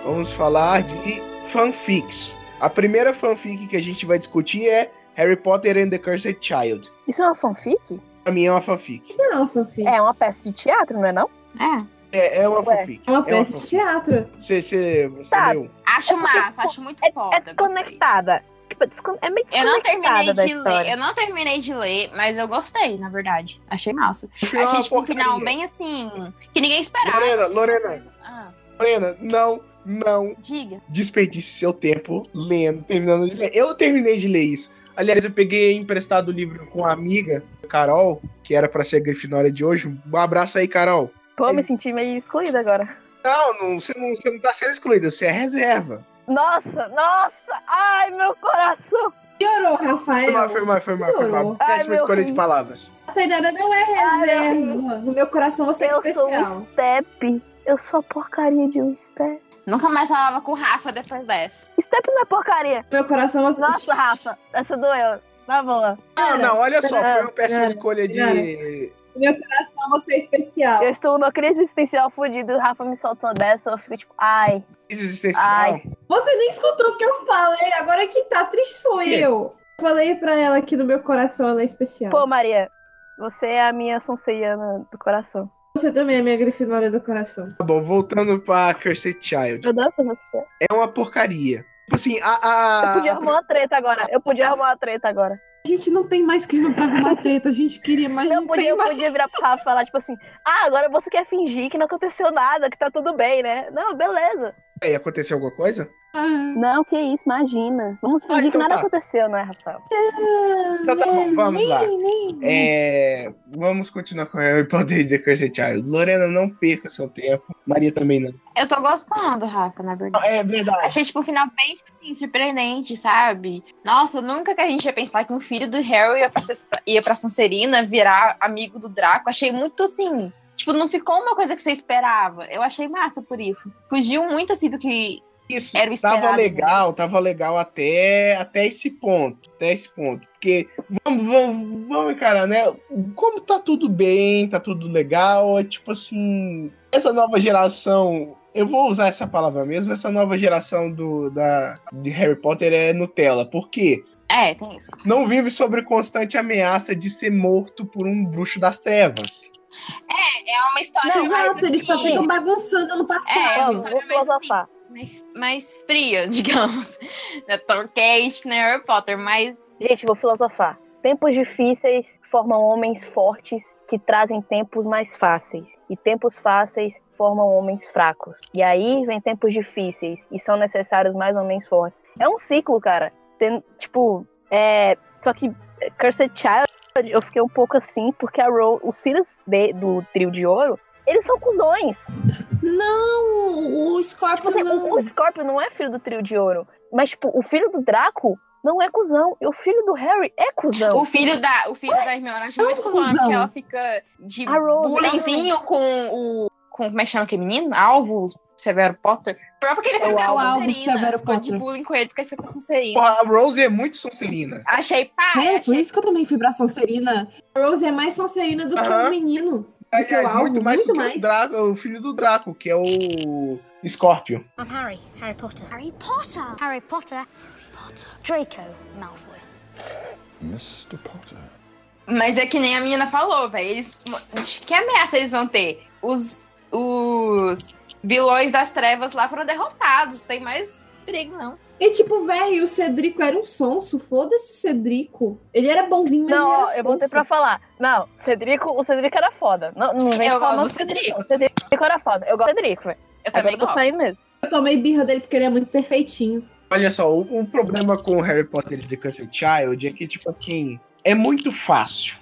A: Vamos falar de fanfics. A primeira fanfic que a gente vai discutir é Harry Potter and the Cursed Child.
D: Isso é uma fanfic?
A: Pra mim é uma fanfic.
B: Não, fofinho.
D: É uma peça de teatro, não é não?
C: É.
A: É, é uma
D: Ué.
A: fanfic.
B: É uma
A: É uma
B: peça de
A: fanfic.
B: teatro.
A: Cê, cê, você
D: Tá.
A: leu?
C: Acho
D: É porque,
C: massa,
D: tipo,
C: acho muito
D: É,
C: foda.
D: é
C: gostei.
D: desconectada. Tipo, descon- é meio
C: Eu não
D: desconectada
C: terminei
D: da
C: de ler,
D: história.
C: eu não terminei de ler, mas eu gostei, na verdade. Achei massa.
A: Achei
C: Achei
A: uma
C: tipo um final
A: porcaria.
C: bem assim, que ninguém esperava.
A: Lorena, Lorena.
C: Ah,
A: Lorena, não, não,
C: diga.
A: desperdice seu tempo lendo, terminando de ler. Eu terminei de ler isso. Aliás, eu peguei emprestado o livro com uma amiga, Carol, que era pra ser a Grifinória de hoje. Um abraço aí, Carol.
D: Pô, me senti meio excluída agora.
A: Não, não, você, não você não tá sendo excluída, você é reserva.
D: Nossa, nossa! Ai, meu coração!
B: Piorou,
A: Foi mal,
B: Rafael.
A: foi mal, foi mal. Foi mal.
B: Não.
D: Ai,
A: Péssima
D: meu
A: escolha de
D: Deus.
A: palavras.
B: A Tainara não é
D: Ai,
B: reserva. No meu coração você é
D: Ah, eu sou
B: especial.
D: um step. Eu sou a porcaria de um step.
C: Nunca mais falava com o Rafa depois dessa.
D: Step não é porcaria.
B: No meu coração você
D: Nossa, Rafa, essa doeu. Na boa.
A: Não, Ah, não, olha só,
B: Pera,
A: foi uma péssima
B: pera,
A: escolha de.
B: No meu coração você é especial.
D: Eu estou numa crise existencial fodida. O Rafa me soltou dessa. Eu fico tipo, ai.
A: existencial.
D: Ai.
B: Você nem escutou o que eu falei. Agora que tá triste sou
A: Quê?
B: eu. Falei pra ela que no meu coração ela é especial.
D: Pô, Maria, você é a minha sonseiana do coração.
B: Você também é minha grifinória do coração.
A: Tá bom, voltando pra Cursed Child.
D: Eu danço com você.
A: É uma porcaria. Tipo assim, a. a-
D: Eu podia
A: a-
D: arrumar uma treta agora. Eu podia arrumar uma treta agora.
E: A gente não tem mais clima pra arrumar treta. A gente queria, mas
D: Eu
E: não
D: podia, eu
E: tem mais.
D: podia virar pro Rafa e falar, tipo assim, ah, agora você quer fingir que não aconteceu nada, que tá tudo bem, né? Não, beleza.
A: Aí, aconteceu alguma coisa?
E: Ah,
D: Não, que isso, imagina. Vamos fingir que
A: então
D: nada
A: tá.
D: aconteceu, não é, Rafael?
A: Então tá bom, vamos lá.
E: nem, nem.
A: É, vamos continuar com Harry Potter e The Cursed Child. Lorena, não perca seu tempo. Maria também não.
C: Eu tô gostando, Rafa, na verdade.
A: Não, É verdade.
C: Achei, tipo, o final bem tipo assim, surpreendente, sabe? Nossa, nunca que a gente ia pensar que um filho do Harry ia pra, Sus- ia pra Sonserina virar amigo do Draco. Achei muito assim. Tipo, não ficou uma coisa que você esperava. Eu achei massa por isso. Fugiu muito assim do que.
A: Isso
C: Era o
A: tava
C: esperado, né?
A: legal, tava legal até, até esse ponto. Até esse ponto. Porque vamos, vamos, vamos encarar, né? Como tá tudo bem, tá tudo legal, é tipo assim. Essa nova geração. Eu vou usar essa palavra mesmo, essa nova geração do, da, de Harry Potter é Nutella. Por quê?
C: É, tem isso.
A: Não vive sobre constante ameaça de ser morto por um bruxo das trevas.
C: É uma história. mais
B: Exato, eles só
C: assim,
B: ficam bagunçando no
C: É,
B: passado.
C: mas-
D: Vamos,
C: história
D: vou
C: mais
D: filosofar.
C: mais, mais fria, [LAUGHS] digamos. Não é tão quente que nem Harry Potter, mas
D: Gente, vou filosofar. Tempos difíceis formam homens fortes que trazem tempos mais fáceis. E tempos fáceis formam homens fracos. E aí vem tempos difíceis e são necessários mais homens fortes. É um ciclo, cara. Tem, tipo, é. Só que é, Cursed Child, eu fiquei um pouco assim, porque a Ro, os filhos de- do trio de ouro, eles são cuzões.
E: Não, o
D: Tipo
E: Scorpion
D: assim,
E: não.
D: o, o Scorpio não é filho do trio de ouro. Mas, tipo, o filho do Draco não é cuzão. E o filho do Harry é cuzão.
C: O filho da, o filho da Hermione acha
E: é um
C: muito cuzão,
E: cuzão.
C: porque ela fica de
D: A Rose,
C: bullyingzinho com o... Com, como é que chama aquele menino? Alvo Severo Potter? Próprio que ele foi
D: É o
C: pra
D: Alvo
C: Sonserina.
E: Severo
C: ficou de
E: Potter.
C: bullying com ele porque ele foi pra Sonserina.
A: Porra, a Rose é muito Sonserina.
C: Achei pá,
E: É, por
D: tipo
C: achei...
E: isso que eu também fui pra Sonserina.
B: A Rose é mais Sonserina do que
A: Aham.
B: o menino. É que o
A: Aliás,
B: Alvo,
A: muito mais
B: muito
A: do que o,
B: mais.
A: Draco, o filho do Draco, que é o Scorpio.
F: I'm Harry, Harry Potter. Harry Potter. Harry Potter. Harry Potter. Draco Malfoy.
I: Mr. Potter.
C: Mas é que nem a menina falou, velho. Eles... Que ameaça eles vão ter? Os... Os... Vilões das trevas lá foram derrotados. Tem mais perigo, não.
B: E tipo, velho, o Cedrico era um sonso. Foda-se o Cedrico. Ele era bonzinho, mas
D: não,
B: ele
D: ó,
B: era sonso.
D: eu voltei pra falar. Não, Cedrico, o Cedrico era foda. Não, não vem
C: Eu gosto
D: falar mal
C: do Cedrico.
D: não. O Cedrico era foda. Eu gosto do Cedrico, velho.
C: Eu
D: Agora
C: também
D: eu tô
C: gosto.
D: saindo mesmo.
B: Eu tomei birra dele porque ele é muito perfeitinho.
A: Olha só, o, o problema com Harry Potter e The Cursed Child é que, tipo assim, é muito fácil.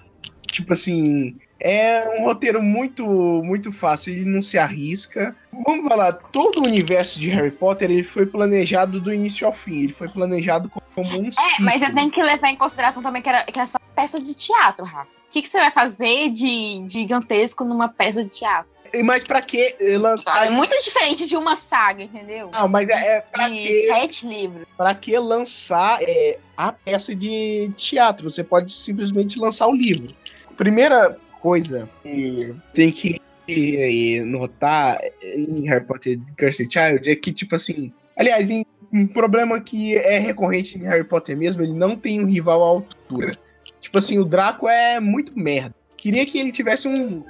A: Tipo assim, é um roteiro muito, muito fácil, ele não se arrisca. Vamos falar, todo o universo de Harry Potter ele foi planejado do início ao fim, ele foi planejado como um
C: É, mas
A: ciclo.
C: você tem que levar em consideração também que, era, que é só peça de teatro, Rafa. O que, que você vai fazer de gigantesco numa peça de teatro?
A: Mas pra que lançar
C: É muito diferente de uma saga, entendeu?
A: Não, mas é, é pra
C: de
A: quê?
C: sete livros.
A: Pra que lançar é, a peça de teatro? Você pode simplesmente lançar o livro. Primeira coisa que tem que eh, notar em Harry Potter e Cursed Child é que, tipo assim, aliás, em- um problema que é recorrente em Harry Potter mesmo, ele não tem um rival à altura. Tipo assim, o Draco é muito merda. Queria que ele tivesse um.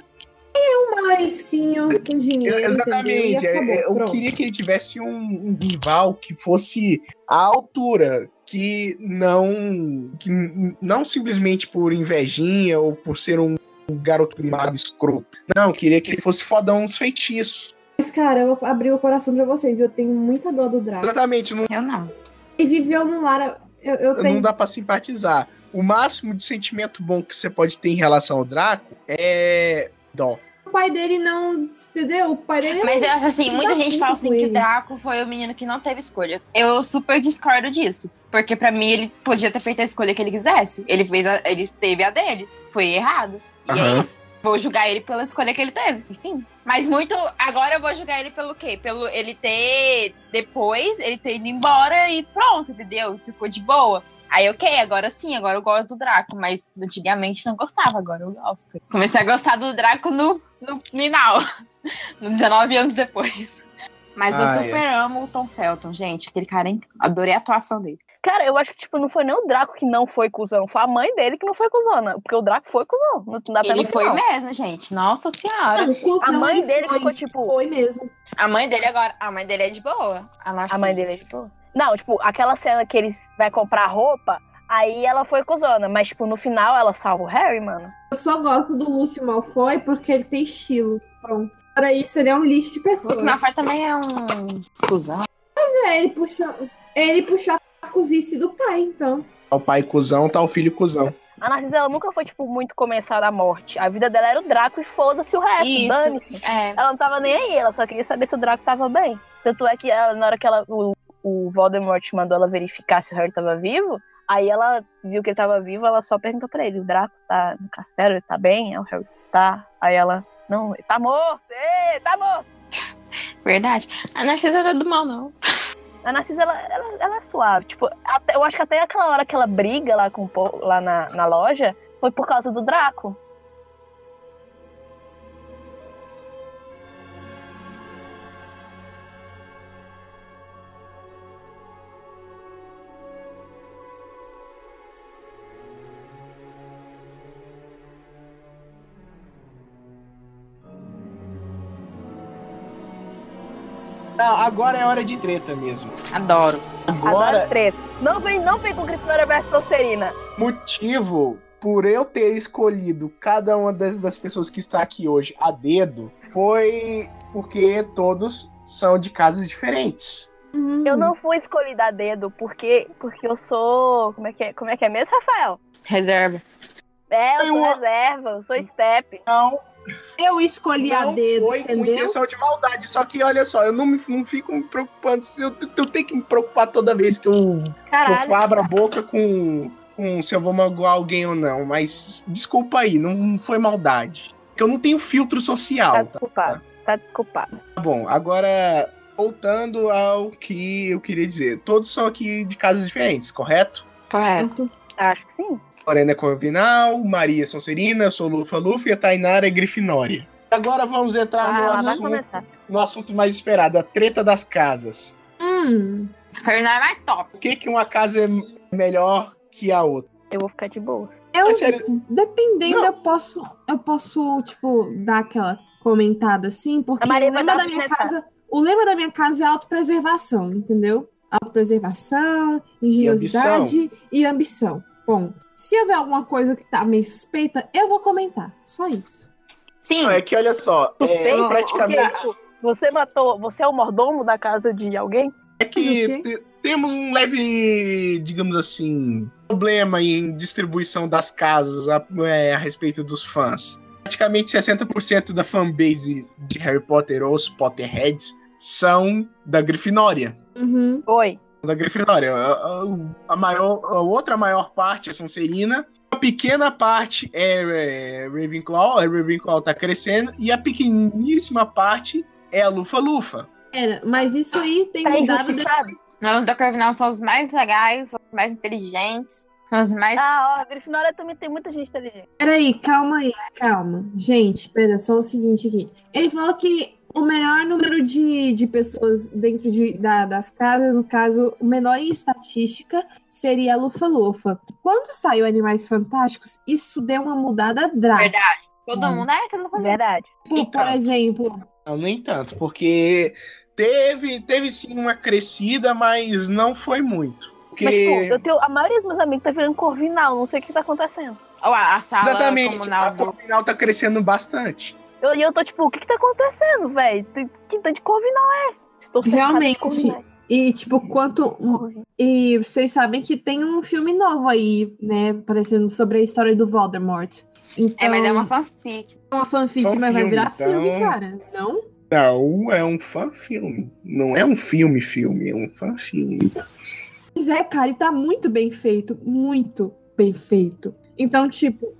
B: Um Mauricinho com dinheiro.
A: Exatamente.
B: entendeu?
A: é,
B: E
A: é,
B: acabou,
A: eu
B: pronto.
A: queria que ele tivesse um, um rival que fosse à altura, que não, que n- não simplesmente por invejinha ou por ser um garoto mimado escroto. Não, eu queria que ele fosse fodão nos feitiços.
B: Mas, cara, eu abri o coração pra vocês. Eu tenho muita dor do Draco.
A: Exatamente, não,
C: Eu não.
B: Ele viveu num lar. Eu, eu
A: não
B: tenho.
A: dá pra simpatizar. O máximo de sentimento bom que você pode ter em relação ao Draco é dó.
B: O pai dele não. Entendeu? O pai dele
D: é
C: Mas eu acho assim,
B: Não
C: muita
B: dá
C: gente
B: muito
C: fala
B: com
C: assim que
B: ele.
C: Draco foi o menino que não teve escolhas. Eu super discordo disso. Porque pra mim ele podia ter feito a escolha que ele quisesse. Ele fez a- ele teve a dele. Foi errado. E é
A: Aham.
C: isso. Vou julgar ele pela escolha que ele teve, enfim. Mas muito. Agora eu vou julgar ele pelo quê? Pelo ele ter. Depois, ele ter ido embora e pronto, entendeu? Ficou de boa. Aí, ok, agora sim, agora eu gosto do Draco, mas antigamente não gostava, agora eu gosto. Comecei a gostar do Draco no, no [LAUGHS] final. 19 anos depois. Mas eu
A: Ah, é.
C: super amo o Tom Felton, gente. Aquele cara, hein? Adorei a atuação dele.
D: Cara, eu acho que, tipo, não foi nem o Draco que não foi cuzão. Foi a mãe dele que não foi cuzona. Porque o Draco foi cuzão. No, Tá até
C: ele
D: no
C: foi
D: final.
C: mesmo, gente. Nossa senhora.
D: [LAUGHS]
B: Não, o cuzão
D: A mãe
B: ele
D: dele
B: foi,
D: ficou, tipo,
B: Foi mesmo.
C: A mãe dele agora. A mãe dele é de boa. A,
D: A mãe
C: narcisista.
D: dele é tipo. Não, tipo, aquela cena que ele vai comprar roupa, aí ela foi cuzona. Mas, tipo, no final ela salva o Harry, mano.
B: Eu só gosto do Lúcio Malfoy porque ele tem estilo. Pronto. Para isso, ele é um lixo de pessoas.
C: Lúcio Malfoy também é um cuzão.
B: é, ele puxou, ele puxou a cozice do pai, então.
A: Tá o pai cuzão, tá o filho cuzão.
D: A Narcisa, ela nunca foi, tipo, muito começada à morte. A vida dela era o Draco e foda-se o resto, dane-se.
C: Isso, é.
D: Ela não tava nem aí, ela só queria saber se o Draco tava bem. Tanto é que ela, na hora que ela, o, o Voldemort mandou ela verificar se o Harry tava vivo, aí ela viu que ele tava vivo, ela só perguntou pra ele, o Draco tá no castelo, ele tá bem? Aí o Harry tá. Aí ela, não, ele tá morto, Ê, tá morto.
C: Verdade. A Narcisa não é do mal, não.
D: A Narcisa, ela, ela, ela é suave. Tipo, até- eu acho que até aquela hora que ela briga lá, com, o po- lá na, na loja, foi por causa do Draco.
A: Não, agora é hora de treta mesmo.
C: Adoro.
D: Agora é
A: Agora,
D: treta. Não vem, não vem com Grifinória versus Sonserina.
A: motivo por eu ter escolhido cada uma das, das pessoas que está aqui hoje a dedo foi porque todos são de casas diferentes.
D: Eu não fui escolhida a dedo porque, porque eu sou. Como é, que é, como é que é mesmo, Rafael?
C: Reserva.
D: É, eu
A: Eu-
D: sou reserva, eu sou step.
A: Então,
B: Eu escolhi a
A: não
B: dedo,
A: foi com
B: entendeu?
A: intenção de maldade. Só que olha só, eu não, me, não fico me preocupando. se Eu, eu tenho que me preocupar toda vez que eu que eu
D: Caralho.
A: for abra a boca com, com se eu vou magoar alguém ou não, mas desculpa aí, não foi maldade. Porque eu não tenho filtro social.
D: Tá
A: Tá,
D: desculpado. Tá desculpado.
A: Tá bom, agora voltando ao que eu queria dizer. Todos são aqui de casas diferentes, correto?
C: Correto.
D: Acho que sim.
A: Lorena é Corvinal, Maria é Sonserina, eu sou Lufa Lufa e a Tainara é Grifinória. Agora vamos entrar
D: Ah, ela
A: no,
D: vai
A: assunto,
D: começar.
A: no assunto mais esperado, a treta das casas.
B: Hum,
D: Uhum.
C: Fernanda é mais top.
A: Por que, que uma casa é melhor que a outra?
D: Eu vou ficar de boa.
B: eu,
A: É sério.
B: um dependendo,
A: Não.
B: eu posso, eu posso, tipo, dar aquela comentada assim, porque
D: A Maria
B: o
D: vai
B: lema
D: dar
B: da
D: uma
B: minha
D: alfinetada.
B: casa, o lema da minha casa é autopreservação, entendeu? Autopreservação, engenhosidade e ambição. Ponto. Se houver alguma coisa que tá meio suspeita, eu vou comentar. Só isso.
C: Sim.
A: Não, é que olha só,
D: Suspeito,
A: é,
D: ok.
A: praticamente
D: tipo, Você matou. Você é o mordomo da casa de alguém?
A: É que
B: Mas o
A: te- temos um leve, digamos assim, problema em distribuição das casas a, é, a respeito dos fãs. Praticamente 60% da fanbase de Harry Potter ou os Potterheads são da Grifinória.
B: Uhum.
D: Oi.
A: Da Grifinória. A, a- a maior, a outra maior parte é Sonserina. A pequena parte é, é, Ravenclaw. A Ravenclaw tá crescendo. E a pequeníssima parte é a Lufa-Lufa.
B: Era, mas isso aí tem
D: Tá
B: mudado de...
D: injustiçado.
C: Não, da Corvinal são os mais legais, são os mais inteligentes, são os mais.
D: Ah, ó, a Grifinória também tem muita gente inteligente.
B: Peraí, calma aí, calma. Gente, pera, só o seguinte aqui. Ele falou que o menor número de, de pessoas dentro de, da- das casas, no caso, o menor em estatística, seria a Lufa-Lufa. Quando saiu Animais Fantásticos, isso deu uma mudada drástica.
C: Verdade.
D: é.
C: Então. Todo
B: Hum.
C: mundo. Ah, você não falou.
D: Verdade.
B: Tipo, por exemplo,
A: Não, nem tanto, porque teve, teve sim uma crescida, mas não foi muito. Porque...
D: Mas, tipo, eu tenho, a maioria dos meus amigos tá virando corvinal, não sei o que tá acontecendo.
C: Ou a, a sala
A: Exatamente, a
C: comunal. do-
A: Corvinal tá crescendo bastante.
D: Eu- E eu, tô tipo, o que que tá acontecendo, velho? Tem- Que tanto de corvinal é esse? Estou cercada de
B: Realmente.
D: corvinais.
B: e tipo, quanto. um, E vocês sabem que tem um filme novo aí, né? Parecendo sobre a história do Voldemort. Então,
C: É, mas é uma fanfic.
B: uma fanfic,
A: Só
B: mas vai
A: filme,
B: virar filme,
A: então.
B: cara. Não?
A: Não, é um fã-filme. Não é um filme-filme, é um fã-filme.
B: Pois é, cara, e tá muito bem feito. Muito bem feito. Então, tipo,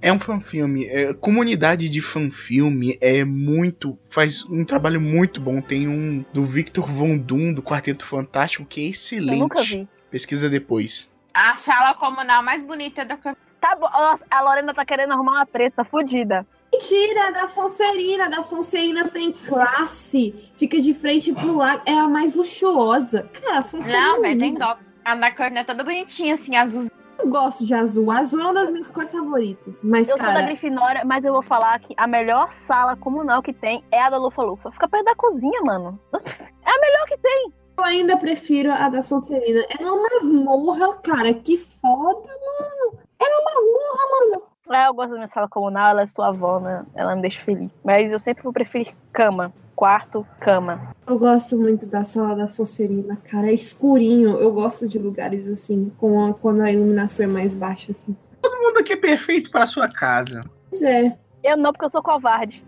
A: É um fã-filme. É, comunidade de fã-filme é muito... Faz um trabalho muito bom. Tem um do Victor Von Doom, do Quarteto Fantástico, que é
D: Eu
A: excelente.
D: nunca vi.
A: Pesquisa depois.
C: A sala comunal mais bonita da Corvinal.
D: Tá bom, nossa, a Lorena tá querendo arrumar uma treta fodida.
B: mentira da Sonserina. Da Sonserina tem classe. Fica de frente pro lago. É a mais luxuosa. Cara, a Sonserina.
C: Não,
B: é
C: velho, tem
B: linda.
C: dó. A da Corvinal é toda bonitinha, assim, azul.
B: Eu gosto de azul. Azul é uma das minhas cores favoritas. Mas,
D: Eu sou da
B: cara,
D: Grifinória, mas eu vou falar que a melhor sala comunal que tem é a da Lufa-Lufa. Fica perto da cozinha, mano. É a melhor que tem.
B: eu ainda prefiro a da Sonserina. É uma masmorra, cara. Que foda, mano. É uma masmorra, mano.
D: Ah, eu gosto da minha sala comunal, ela é sua avó, né? Ela me deixa feliz. Mas eu sempre vou preferir cama. Quarto, cama.
B: Eu gosto muito da sala da Sonserina, cara. É escurinho. Eu gosto de lugares assim, com a- quando a iluminação é mais baixa, assim.
A: Todo mundo aqui é perfeito para sua casa.
B: Pois é.
D: Eu não, porque eu sou covarde.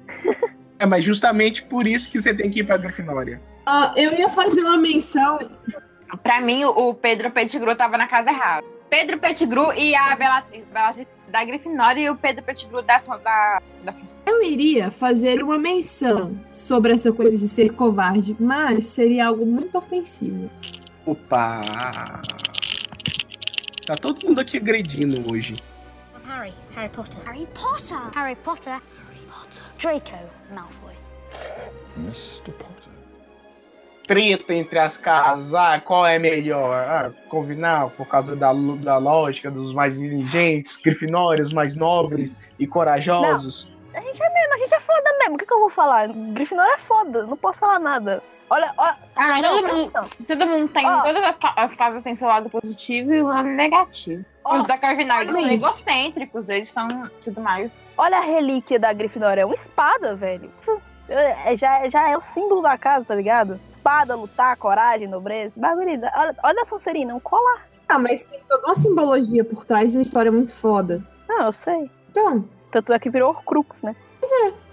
A: É, mas justamente por isso que você tem que ir pra Grifinória.
B: Ah, eu ia fazer uma menção.
C: Pra mim, o o Pedro Pettigrew tava na casa errada. Pedro Pettigrew e a Belatriz, Belatriz da Grifinória e o Pedro Pettigrew da... Son- da, da Son-
B: Eu iria fazer uma menção sobre essa coisa de ser covarde, mas seria algo muito ofensivo.
A: Opa! Tá todo mundo aqui agredindo hoje.
F: Harry, Harry Potter. Harry Potter. Harry Potter. Harry Potter. Draco Malfoy.
I: Mr. Potter.
A: Treta entre as casas, ah, qual é melhor? Ah, combinar por causa da, lo- da lógica dos mais inteligentes, grifinórios mais nobres e corajosos.
D: A gente é mesmo, a gente é foda mesmo. O que, que eu vou falar? Grifinória é foda, não posso falar nada. Olha, olha.
C: Ah, todo
D: não,
C: mundo,
D: presta atenção.
C: todo mundo tem...
D: Ó.
C: Todas as, ca- as casas têm seu lado positivo e o lado negativo.
D: Ó,
C: Os da Grifinória, eles são
D: Gente.
C: egocêntricos, eles são tudo mais...
D: olha a relíquia da Grifinória. É uma espada, velho. É, Já, já é o símbolo da casa, tá ligado? Espada, lutar, coragem, nobreza. Bagulho. da- Olha, olha a Sonserina, um colar.
B: Ah, mas tem toda uma simbologia por trás de uma história muito foda.
D: Não, Ah, eu sei.
B: Então,
D: Tanto é que virou Horcrux, né?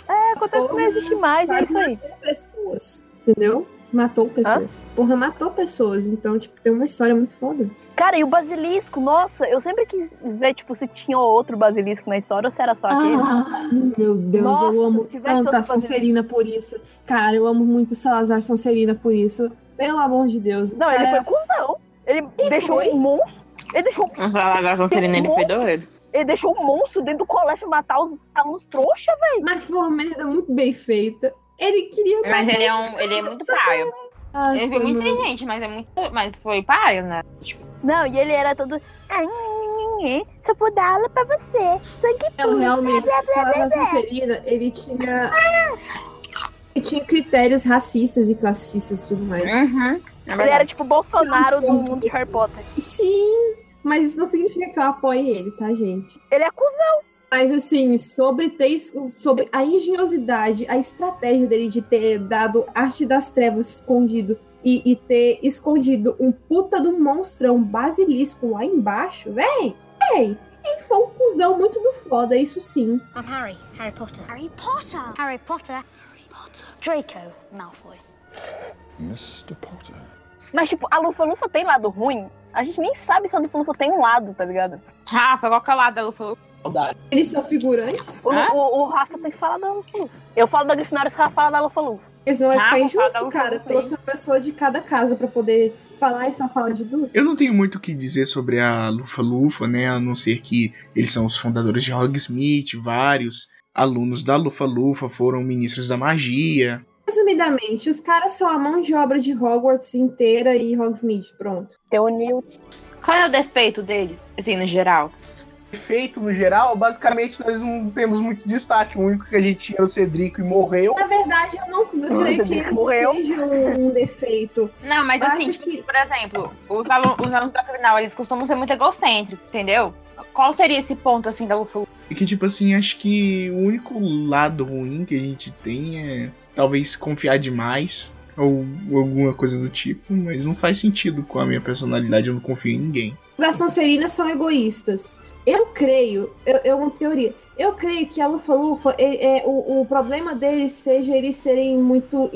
D: É, acontece que não existe mais, é isso aí.
B: pessoas, entendeu? Matou pessoas. Porra, matou pessoas. Então, tipo, tem uma história muito foda.
D: Cara, e o basilisco? Nossa, eu sempre quis ver, tipo, se tinha outro basilisco na história ou se era só aquele.
B: Ah, meu Deus, eu
D: Nossa,
B: amo
D: se tivesse
B: tanto a
D: outro
B: Sonserina por isso. Cara, eu amo muito o Salazar Sonserina por isso. Pelo amor de Deus.
D: Não, ele
B: Cara,
D: foi cuzão. Ele, deixou
B: é. foi?
D: um monstro. Ele deixou,
C: Os da, da Sonserina, ele foi doido.
D: ele deixou um monstro dentro do colégio matar os alunos trouxa, velho.
B: Mas foi uma merda muito bem feita. Ele queria.
C: Mas ele é, um, ele é muito paio.
B: Ah,
C: Ele é muito inteligente, mas é muito... Mas foi paio, né?
D: Não, e ele era todo. "Ai, Só vou dar aula pra você. Sangue
B: Não,
D: puro."
B: realmente, o Salazar Sonserina, ele tinha. Ele tinha critérios racistas e classistas e tudo mais.
C: Uhum. É
D: Ele era tipo o Bolsonaro do
B: Sim.
D: mundo de Harry Potter.
B: Sim, mas isso não significa que eu apoie ele, tá, gente?
D: Ele é cuzão.
B: Mas assim, sobre ter, sobre a engenhosidade, a estratégia dele de ter dado arte das trevas escondido e, e ter escondido um puta do monstrão basilisco lá embaixo, véi, véi, ele foi um cuzão muito do foda, isso sim.
F: I'm Harry, Harry Potter. Harry Potter. Harry Potter. Harry Potter. Draco Malfoy.
I: Mr. Potter.
D: Mas, tipo, a Lufa-Lufa tem lado ruim? A gente nem sabe se a Lufa-Lufa tem um lado, tá ligado?
C: Ah, foi qualquer lado da Lufa.
B: Eles são figurantes?
D: O,
C: Ah?
D: o- o Rafa tem que falar da Lufa-Lufa. Eu falo da Grifinória, o Rafa fala da Lufa-Lufa.
B: Eles não é
C: Ah,
B: ficar
C: vou falar da
B: injusto,
C: Lufa
B: cara.
C: Lufa aí.
B: Trouxe uma pessoa de cada casa pra poder falar e só falar de duas.
A: Eu não tenho muito o que dizer sobre a Lufa Lufa, né? A não ser que eles são os fundadores de Hogsmeade, vários alunos da Lufa Lufa foram ministros da magia.
B: Resumidamente, os caras são a mão de obra de Hogwarts inteira e Hogsmeade, pronto.
D: Eu uni o
C: Qual é o defeito deles? Assim, no geral.
A: Efeito no geral, basicamente nós não temos muito destaque. O único que a gente tinha era o Cedrico e morreu.
B: Na verdade, eu não creio que esse
D: morreu.
B: seja um, um defeito.
C: Não, mas
B: Eu
C: assim,
B: acho
C: tipo,
B: que-
C: por exemplo, os, alu- os alunos da criminal, eles costumam ser muito egocêntricos, entendeu? Qual seria esse ponto, assim, da Lufa?
A: E que, tipo assim, acho que o único lado ruim que a gente tem é talvez confiar demais ou alguma coisa do tipo, mas não faz sentido com a minha personalidade, eu não confio em ninguém.
B: As Sonserinas são egoístas. Eu creio, eu, eu uma teoria. Eu creio que a Lufa Lufa, é, é, o, o problema deles seja eles serem muito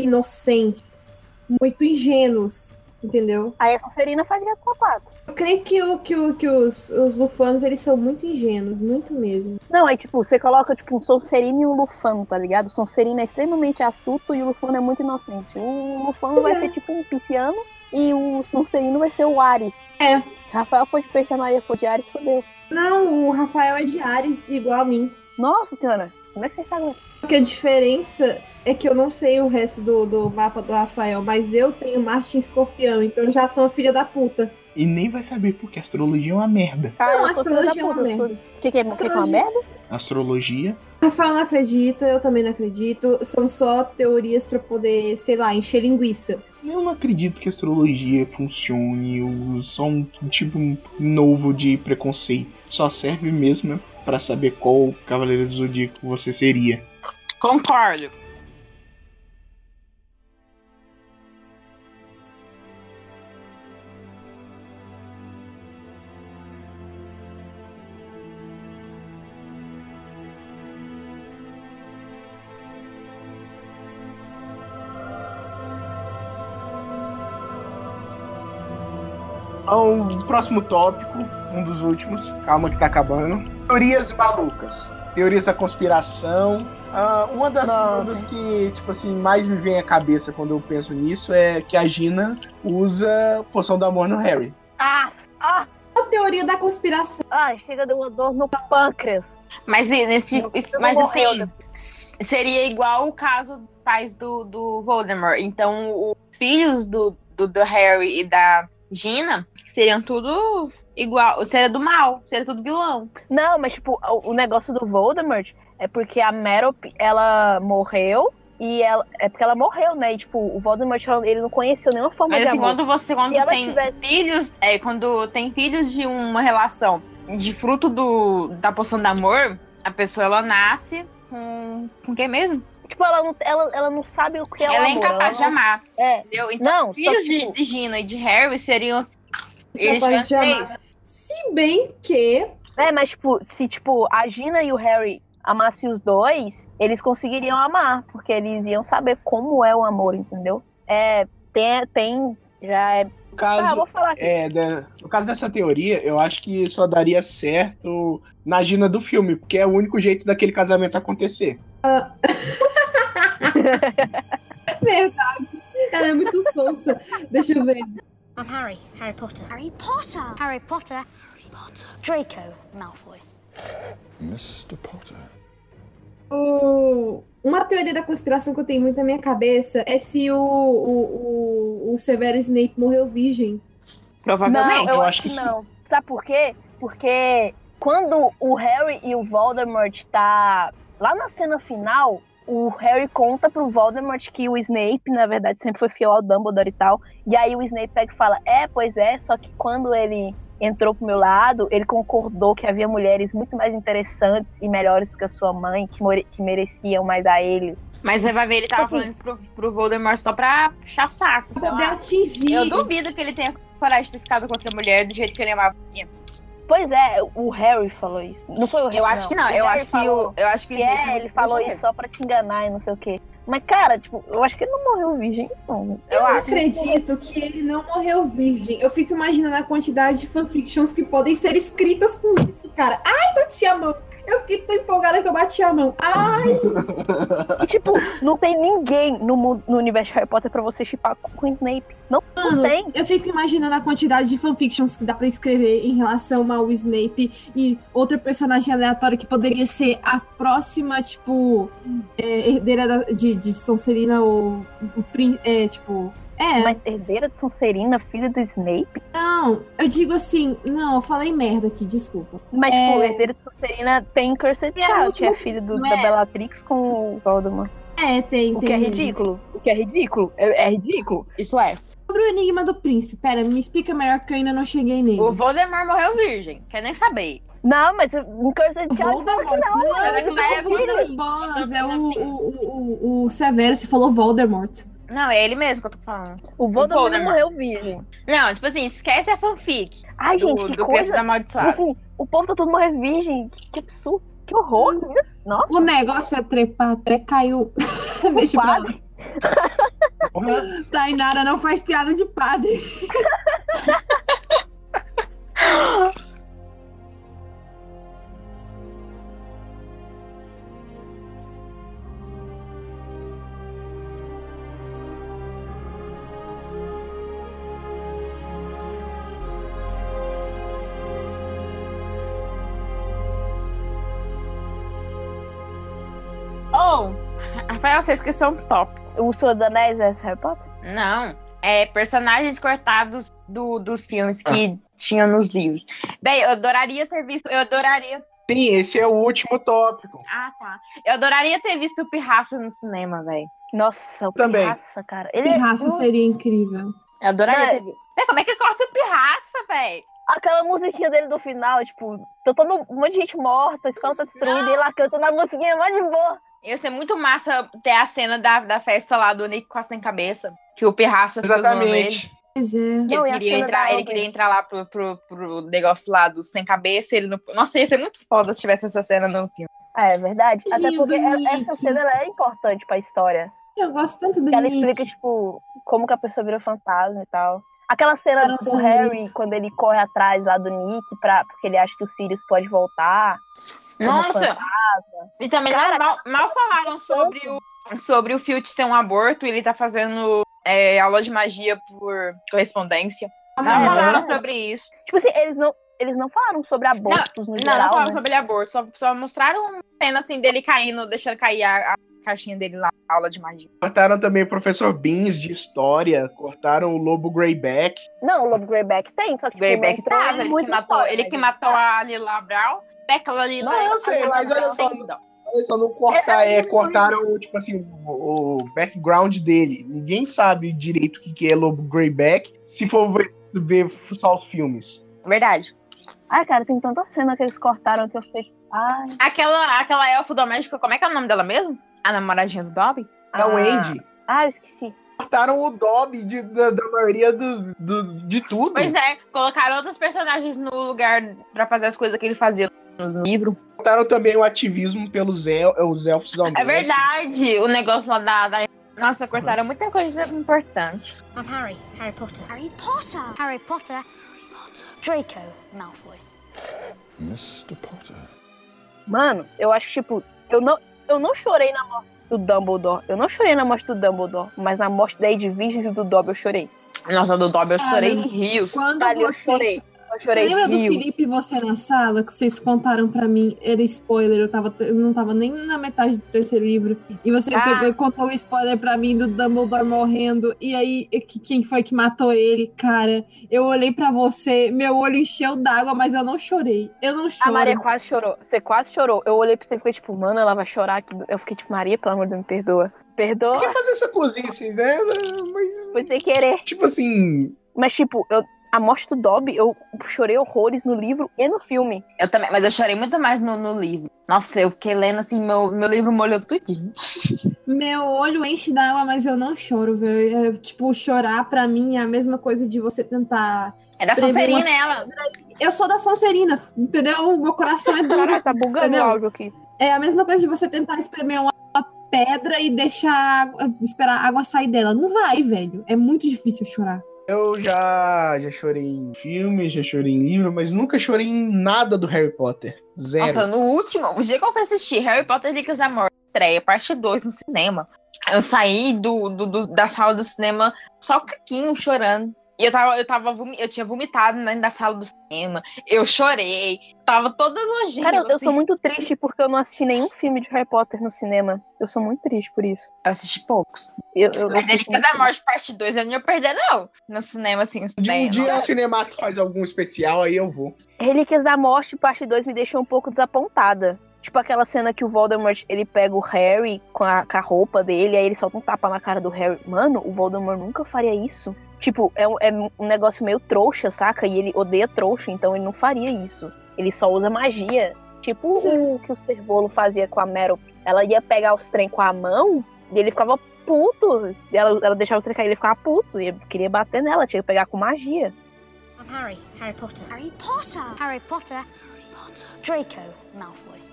B: inocentes, muito ingênuos, entendeu?
D: Aí a Sonserina faz gato sapato.
B: Eu creio que, o, que, o, que os, os lufanos, eles são muito ingênuos, muito mesmo.
D: Não, aí tipo, você coloca tipo um Sonserino e um Lufano, tá ligado? O Sonserino é extremamente astuto e o Lufano é muito inocente. O Lufano
B: Pois
D: vai
B: é.
D: ser tipo um pisciano e o Sonserino vai ser o Ares.
B: É.
D: Se Rafael foi de peixe, a Maria foi de Ares, fodeu.
B: Não, o Rafael é de Ares, igual a mim.
D: Nossa senhora, como é que fez agora?
B: Só que a diferença é que eu não sei o resto do, do mapa do Rafael, mas eu tenho Marte em escorpião, então eu já sou uma filha da puta.
A: E nem vai saber porque a astrologia é uma merda.
D: Cara,
B: Não,
D: Ah, eu sou
B: astrologia
D: filha da
B: é uma
D: puta, eu sou- O que, que é o que que é uma
B: Astrologia.
D: merda?
A: Astrologia
B: Rafael não acredita, eu também não acredito. São só teorias pra poder, sei lá, encher linguiça.
A: Eu não acredito que a astrologia funcione, ou só um tipo novo de preconceito. Só serve mesmo pra saber qual Cavaleiro do Zodíaco você seria.
C: Concordo.
A: Então, próximo tópico, um dos últimos, calma que tá acabando. Teorias malucas. Teorias da conspiração. Ah, uma das
D: Nossa.
A: coisas que, tipo assim, mais me vem à cabeça quando eu penso nisso é que a Gina usa poção do amor no Harry.
D: Ah,
B: A teoria da conspiração.
D: ai, chega de uma dor no pâncreas.
C: Mas, e nesse,
D: Não,
C: isso-
D: eu
C: mas
D: vou
C: assim,
D: morrer.
C: s- seria igual o caso dos pais do, do Voldemort. Então, os filhos do, do, do Harry e da Gina seriam tudo igual. Seria do mal, seria tudo vilão.
D: Não, mas tipo, o, o negócio do Voldemort é porque a Merope, ela morreu e ela é porque ela morreu, né? E tipo, o Voldemort ele não conheceu nenhuma forma
C: Mas
D: de
C: assim,
D: amor.
C: quando você quando
D: Se ela
C: tem
D: tivesse-
C: filhos, é, quando tem filhos de uma relação de fruto do, da poção do amor, a pessoa ela nasce com com quem mesmo?
D: Tipo, ela não, ela, ela não sabe o que é o
C: ela é
D: amor,
C: incapaz de
D: ela não-
C: amar,
D: É.
C: entendeu? Então,
D: Não,
C: os filhos
D: só,
C: de,
D: tipo,
C: de Gina e de Harry seriam assim, eles
B: Capaz de
C: tivessem
B: amar. Se bem que.
D: É, mas tipo, se tipo, a Gina e o Harry amassem os dois, eles conseguiriam amar, porque eles iam saber como é o amor, entendeu? É, tem, tem, já é.
A: No
D: Ah, eu
A: caso,
D: vou falar aqui.
A: é, da- no caso dessa teoria, eu acho que só daria certo na Gina do filme, porque é o único jeito daquele casamento acontecer.
B: Verdade. Ela é muito sonsa. [LAUGHS] Deixa eu ver.
F: I'm Harry. Harry Potter. Harry Potter. Harry Potter. Harry Potter. Draco Malfoy.
I: Mr. Potter.
B: O- Uma teoria da conspiração que eu tenho muito na minha cabeça é se o, o, o, o Severo Snape morreu virgem.
C: Provavelmente.
D: não, eu,
A: eu
D: acho
A: acho
D: que
A: que
D: não. Sabe por quê? Porque quando o Harry e o Voldemort tá lá na cena final, o Harry conta pro Voldemort que o Snape, na verdade, sempre foi fiel ao Dumbledore e tal. E aí o Snape pega e fala: "É, pois é, só que quando ele entrou pro meu lado, ele concordou que havia mulheres muito mais interessantes e melhores que a sua mãe, que, more- que mereciam mais a ele".
C: Mas você vai ver, ele tava falando isso pro, pro Voldemort só pra puxar saco, sei
B: Pra poder
C: lá.
B: atingir.
C: Eu duvido que ele tenha coragem de ter ficado com outra mulher do jeito que ele amava.
D: Pois é, o Harry falou isso. Não foi o Harry.
C: Eu acho que não, é,
D: O
C: eu
D: Harry
C: acho que
D: falou.
C: o. Eu acho que o
D: E
C: Snape
D: é, ele falou isso só pra te enganar e não sei o quê. Mas, cara, tipo, eu acho que ele não morreu virgem, não.
C: Eu
B: Eu
C: acho.
B: acredito que ele não morreu virgem. Eu fico imaginando a quantidade de fanfictions que podem ser escritas com isso, cara. Ai, bati a mão. Eu fiquei tão empolgada que eu bati a mão. Ai,
C: [LAUGHS]
D: E, tipo, não tem ninguém no, mundo, no universo de Harry Potter pra você chipar com com o Snape. Não, não
B: Mano,
D: tem.
B: eu fico imaginando a quantidade de fanfictions que dá pra escrever em relação ao Snape e outra personagem aleatória que poderia ser a próxima, tipo, é, herdeira da- de, de Sonserina ou o prin- é, tipo. É,
D: Mas herdeira de Sonserina, filha do Snape.
B: não, eu digo assim, não, eu falei merda aqui, desculpa.
D: Mas,
B: É.
D: tipo, herdeira de Sonserina tem Cursed
B: E a
D: Child, que
B: última-
D: é filha do-
B: não
D: da
B: é?
D: Bellatrix com o Voldemort.
B: É, tem,
D: O
B: tem.
D: que é
B: mesmo.
D: ridículo. O que é ridículo. É, é ridículo.
C: Isso é.
B: Sobre o Enigma do Príncipe, pera, me explica melhor que eu ainda não cheguei nele.
C: O Voldemort morreu virgem, quer nem saber.
D: Não, mas em Cursed Child...
B: Voldemort, não, não,
C: Ela
B: você
C: leva
B: tá confundindo
C: ele.
B: as bolas, é o,
C: Assim.
B: o, o, o- o Severo, você falou Voldemort.
C: Não, é ele mesmo que eu tô falando.
D: O Voldemort, não
C: Voldemort.
D: morreu virgem.
C: Não, tipo assim, esquece a fanfic
D: Ai,
C: do,
D: gente, que
C: do Crianças
D: coisa.
C: Amaldiçoadas.
D: Assim, o povo tá todo morrendo virgem. Que, que absurdo. Que horror. né? Nossa,
B: O negócio é trepar até caiu. [LAUGHS] Deixa pra lá.
D: padre.
A: Porra,
B: Tainara não faz piada de padre.
C: Ou, Oh, Rafael, você esqueceu um tópico.
D: O Senhor dos Anéis é esse Harry Potter?
C: Não. É personagens cortados do, dos filmes que tinham nos livros. Bem, eu adoraria ter visto. Eu adoraria.
A: Sim, esse é o último tópico.
C: Ah, tá. Eu adoraria ter visto o Pirraça no cinema, velho.
D: Nossa, o
A: Também.
D: Pirraça, cara. Ele é-
B: Pirraça
D: Nossa,
B: seria incrível.
C: Eu adoraria
D: Não,
C: ter visto. Véi, como é que corta o Pirraça, velho?
D: Aquela musiquinha dele do final, tipo, tô todo um monte de gente morta, a escola tá destruída, e lá canta na musiquinha mais de boa.
C: Ia ser muito massa ter a cena da, da festa lá do Nick com a sem cabeça. Que o pirraça fica zoando ele.
A: Exatamente.
B: Pois é.
C: Que
D: Não,
C: ele
D: e a
C: queria,
D: cena
C: entrar,
D: da
C: ele
D: Robin?
C: queria entrar lá pro, pro, pro negócio lá do sem cabeça. Ele não... Nossa, ia ser muito foda se tivesse essa cena no filme.
D: É, é verdade. Até
B: Tadinho
D: porque
B: do
D: é- essa
B: Nick.
D: cena ela é importante pra história.
B: Eu gosto tanto do
D: Que ela
B: Nick.
D: explica, tipo, como que a pessoa virou fantasma e tal. Aquela cena
B: Cara,
D: do
B: eu
D: Harry, quando ele corre atrás lá do Nick, pra, porque ele acha que o Sirius pode voltar. como
C: Nossa!
D: fantasma.
C: E também lá, mal, mal falaram sobre o, sobre o Filch ser um aborto e ele tá fazendo é, aula de magia por correspondência. Não
D: Ah,
C: falaram
D: é?
C: sobre isso.
D: Tipo assim, eles não, eles não falaram sobre abortos no
C: Não, não
D: geral,
C: falaram
D: né?
C: sobre ele aborto, só, só mostraram uma cena assim dele caindo, deixando cair a, a caixinha dele lá na aula de magia.
A: Cortaram também o professor Beans de história, cortaram o lobo Greyback.
D: Não, o Lobo Greyback tem, só que...
C: O
D: tipo,
C: Greyback
D: entrou
C: tava, ele que
D: muito
C: matou,
D: fora,
C: ele
D: né,
C: que
D: gente?
C: matou a Lila Brown. Pecla Lila.
A: Não, eu sei,
C: a Lila
A: mas olha
C: Brown
A: só.
C: tem que dar.
A: Olha só, não cortar, é, cortaram, tipo assim, o, o background dele. Ninguém sabe direito o que, que é Lobo Greyback, se for ver, ver só os filmes.
C: Verdade.
D: Ai, cara, tem tanta cena que eles cortaram que eu fiquei... tipo, Ai,
C: Aquela, aquela elfo doméstica, como é que é o nome dela mesmo? A namoradinha do Dobby?
A: É o
D: ah,
A: Andy.
D: Ah, eu esqueci.
A: Cortaram o Dobby de- da, da maioria do, do- de tudo.
C: Pois é, colocaram outros personagens no lugar pra fazer as coisas que ele fazia nos livros.
A: Cortaram também o ativismo pelos el, os elfos
C: É
A: domésticos.
C: verdade, o negócio lá da. da- Nossa, cortaram muita coisa importante.
F: I'm Harry, Harry Potter. Harry Potter. Harry Potter. Harry Potter. Draco Malfoy.
I: Mr. Potter.
D: Mano, eu acho, tipo, eu não, eu não chorei na morte do Dumbledore. Eu não chorei na morte do Dumbledore, mas na morte da Ed Vigis e do Dobby eu chorei.
C: Nossa, do Dobby eu chorei em
B: Cara,
C: rios.
B: Quando
D: Cara, eu
B: vocês
D: chorei. Eu
B: Você
D: chorei
B: lembra do
D: rio.
B: Felipe e você na sala que vocês contaram pra mim? Era spoiler, eu, tava, eu não tava nem na metade do terceiro livro. E você
C: Ah.
B: pegou e contou o spoiler pra mim do Dumbledore morrendo. E aí, e que- quem foi que matou ele, cara? Eu olhei pra você, meu olho encheu d'água, mas eu não chorei. Eu não
D: A
B: choro.
D: Ah, Maria quase chorou. Você quase chorou. Eu olhei pra você e fiquei tipo, mano, ela vai chorar aqui. Eu fiquei tipo, Maria, pelo amor de Deus, me perdoa. Perdoa,
A: Quer fazer essa cozinha assim, né? Mas,
D: foi sem querer.
A: tipo assim,
D: Mas, tipo, eu- a morte do Dobby, eu chorei horrores no livro e no filme.
C: Eu também, mas eu chorei muito mais no, no livro. Nossa, eu fiquei lendo assim, meu, meu livro molhou tudinho.
B: Meu olho enche d'água, mas eu não choro, velho. É, tipo, chorar pra mim é a mesma coisa de você tentar.
C: É da
B: escrever
C: Sonserina,
B: uma-
C: ela.
B: Eu sou da Sonserina, entendeu? Meu coração é
D: [LAUGHS]
B: duro.
D: Caraca, tá bugando o
B: Entendeu?
D: áudio aqui.
B: É a mesma coisa de você tentar espremer uma pedra e deixar a água- esperar a água sair dela. Não vai, velho. É muito difícil chorar.
A: eu já, já chorei em filme, já chorei em livro, mas nunca chorei em nada do Harry Potter. Zero.
C: Nossa, no último, o dia que eu fui assistir Harry Potter e Relíquias da Morte, estreia, parte 2 no cinema, eu saí do, do- do- da sala do cinema só caquinho chorando. E eu tava, eu tava, vomi- eu tinha vomitado dentro da sala do cinema. Eu chorei, tava toda nojenta.
D: Cara, eu, eu sou
C: assisti-
D: muito triste porque eu não assisti nenhum filme de Harry Potter no cinema. Eu sou muito triste por isso.
C: Eu assisti poucos.
D: Eu, eu, eu
C: Mas
D: fico
C: Relíquias
D: muito
C: da Morte, parte 2, eu não ia perder, não. No cinema, assim, no
A: De um
C: cinema.
A: dia a Cinemax faz algum especial, aí eu vou.
D: Relíquias da Morte, parte 2, me deixou um pouco desapontada. Tipo aquela cena que o Voldemort, ele pega o Harry com a, com a roupa dele, aí ele solta um tapa na cara do Harry. Mano, o Voldemort nunca faria isso. Tipo, é um, é um negócio meio trouxa, saca? E ele odeia trouxa, então ele não faria isso. Ele só usa magia. Tipo o que o Servolo fazia com a Meryl. Ela ia pegar os trem com a mão e ele ficava puto. Ela, ela deixava os trem cair, ele ficava puto. E queria bater nela, tinha que pegar com magia.
F: I'm Harry, Harry Potter. Harry Potter. Harry Potter. Harry Potter. Draco Malfoy.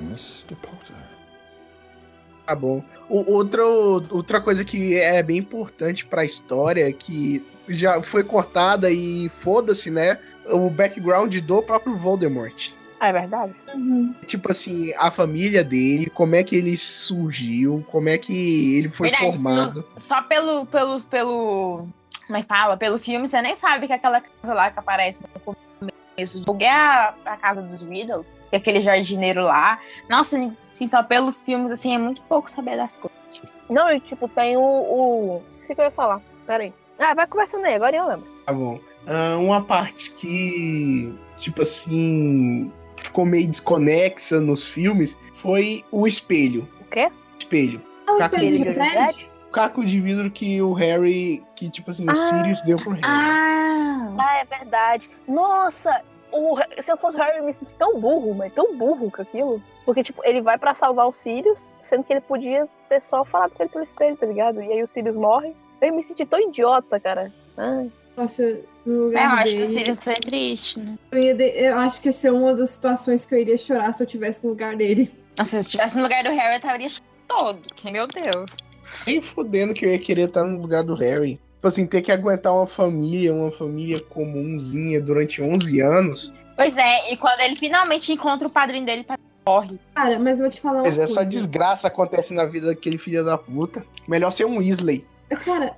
I: Mr. Potter.
A: Tá bom. O- outro, outra coisa que é bem importante pra história, que já foi cortada e foda-se, né? O background do próprio Voldemort.
D: Ah, é verdade?
C: Uhum.
A: Tipo assim, a família dele, como é que ele surgiu, como é que ele foi
C: Verdade,
A: formado.
C: Só pelo, pelo, pelo. Como é que fala? Pelo filme, você nem sabe que aquela casa lá que aparece no começo do jogo é a, a casa dos Riddles, que é aquele jardineiro lá. Nossa, assim, só pelos filmes, assim, é muito pouco saber das coisas.
D: Não, e tipo, tem o. O o que, que eu ia falar? Peraí. Ah, vai conversando aí, agora eu lembro.
A: Tá bom. Ah, uma parte que, tipo assim, ficou meio desconexa nos filmes foi o espelho.
D: O quê?
A: Espelho.
B: Ah, o
A: Tá
B: espelho de
D: com medo de
B: Gisele?
A: caco de vidro que o Harry, que tipo assim, o
D: Ah.
A: Sirius deu pro Harry.
C: Ah,
F: Oh.
D: Ah, é verdade. Nossa, o- se eu fosse o Harry, eu me senti tão burro, mas tão burro com aquilo. Porque, tipo, ele vai pra salvar o Sirius, sendo que ele podia ter só falado com ele pelo espelho, tá ligado? E aí o Sirius morre. Eu me senti tão idiota, cara. Ai,
B: Nossa, no
C: É, eu
B: lugar
C: acho que o
B: dele.
C: Sirius foi triste, né?
B: Eu, ia de- eu acho que essa é uma das situações que eu iria chorar se eu tivesse no lugar dele.
C: Nossa, se eu estivesse no lugar do Harry, eu estaria todo. Que, meu Deus.
A: Nem fodendo que eu ia querer estar no lugar do Harry. Tipo assim, ter que aguentar uma família, uma família comunzinha durante 11 anos.
C: Pois é, e quando ele finalmente encontra o padrinho dele, ele morre.
B: Cara, mas eu vou te falar uma
A: Mas
B: coisa.
A: essa desgraça acontece na vida daquele filho da puta. Melhor ser um Weasley.
B: Cara,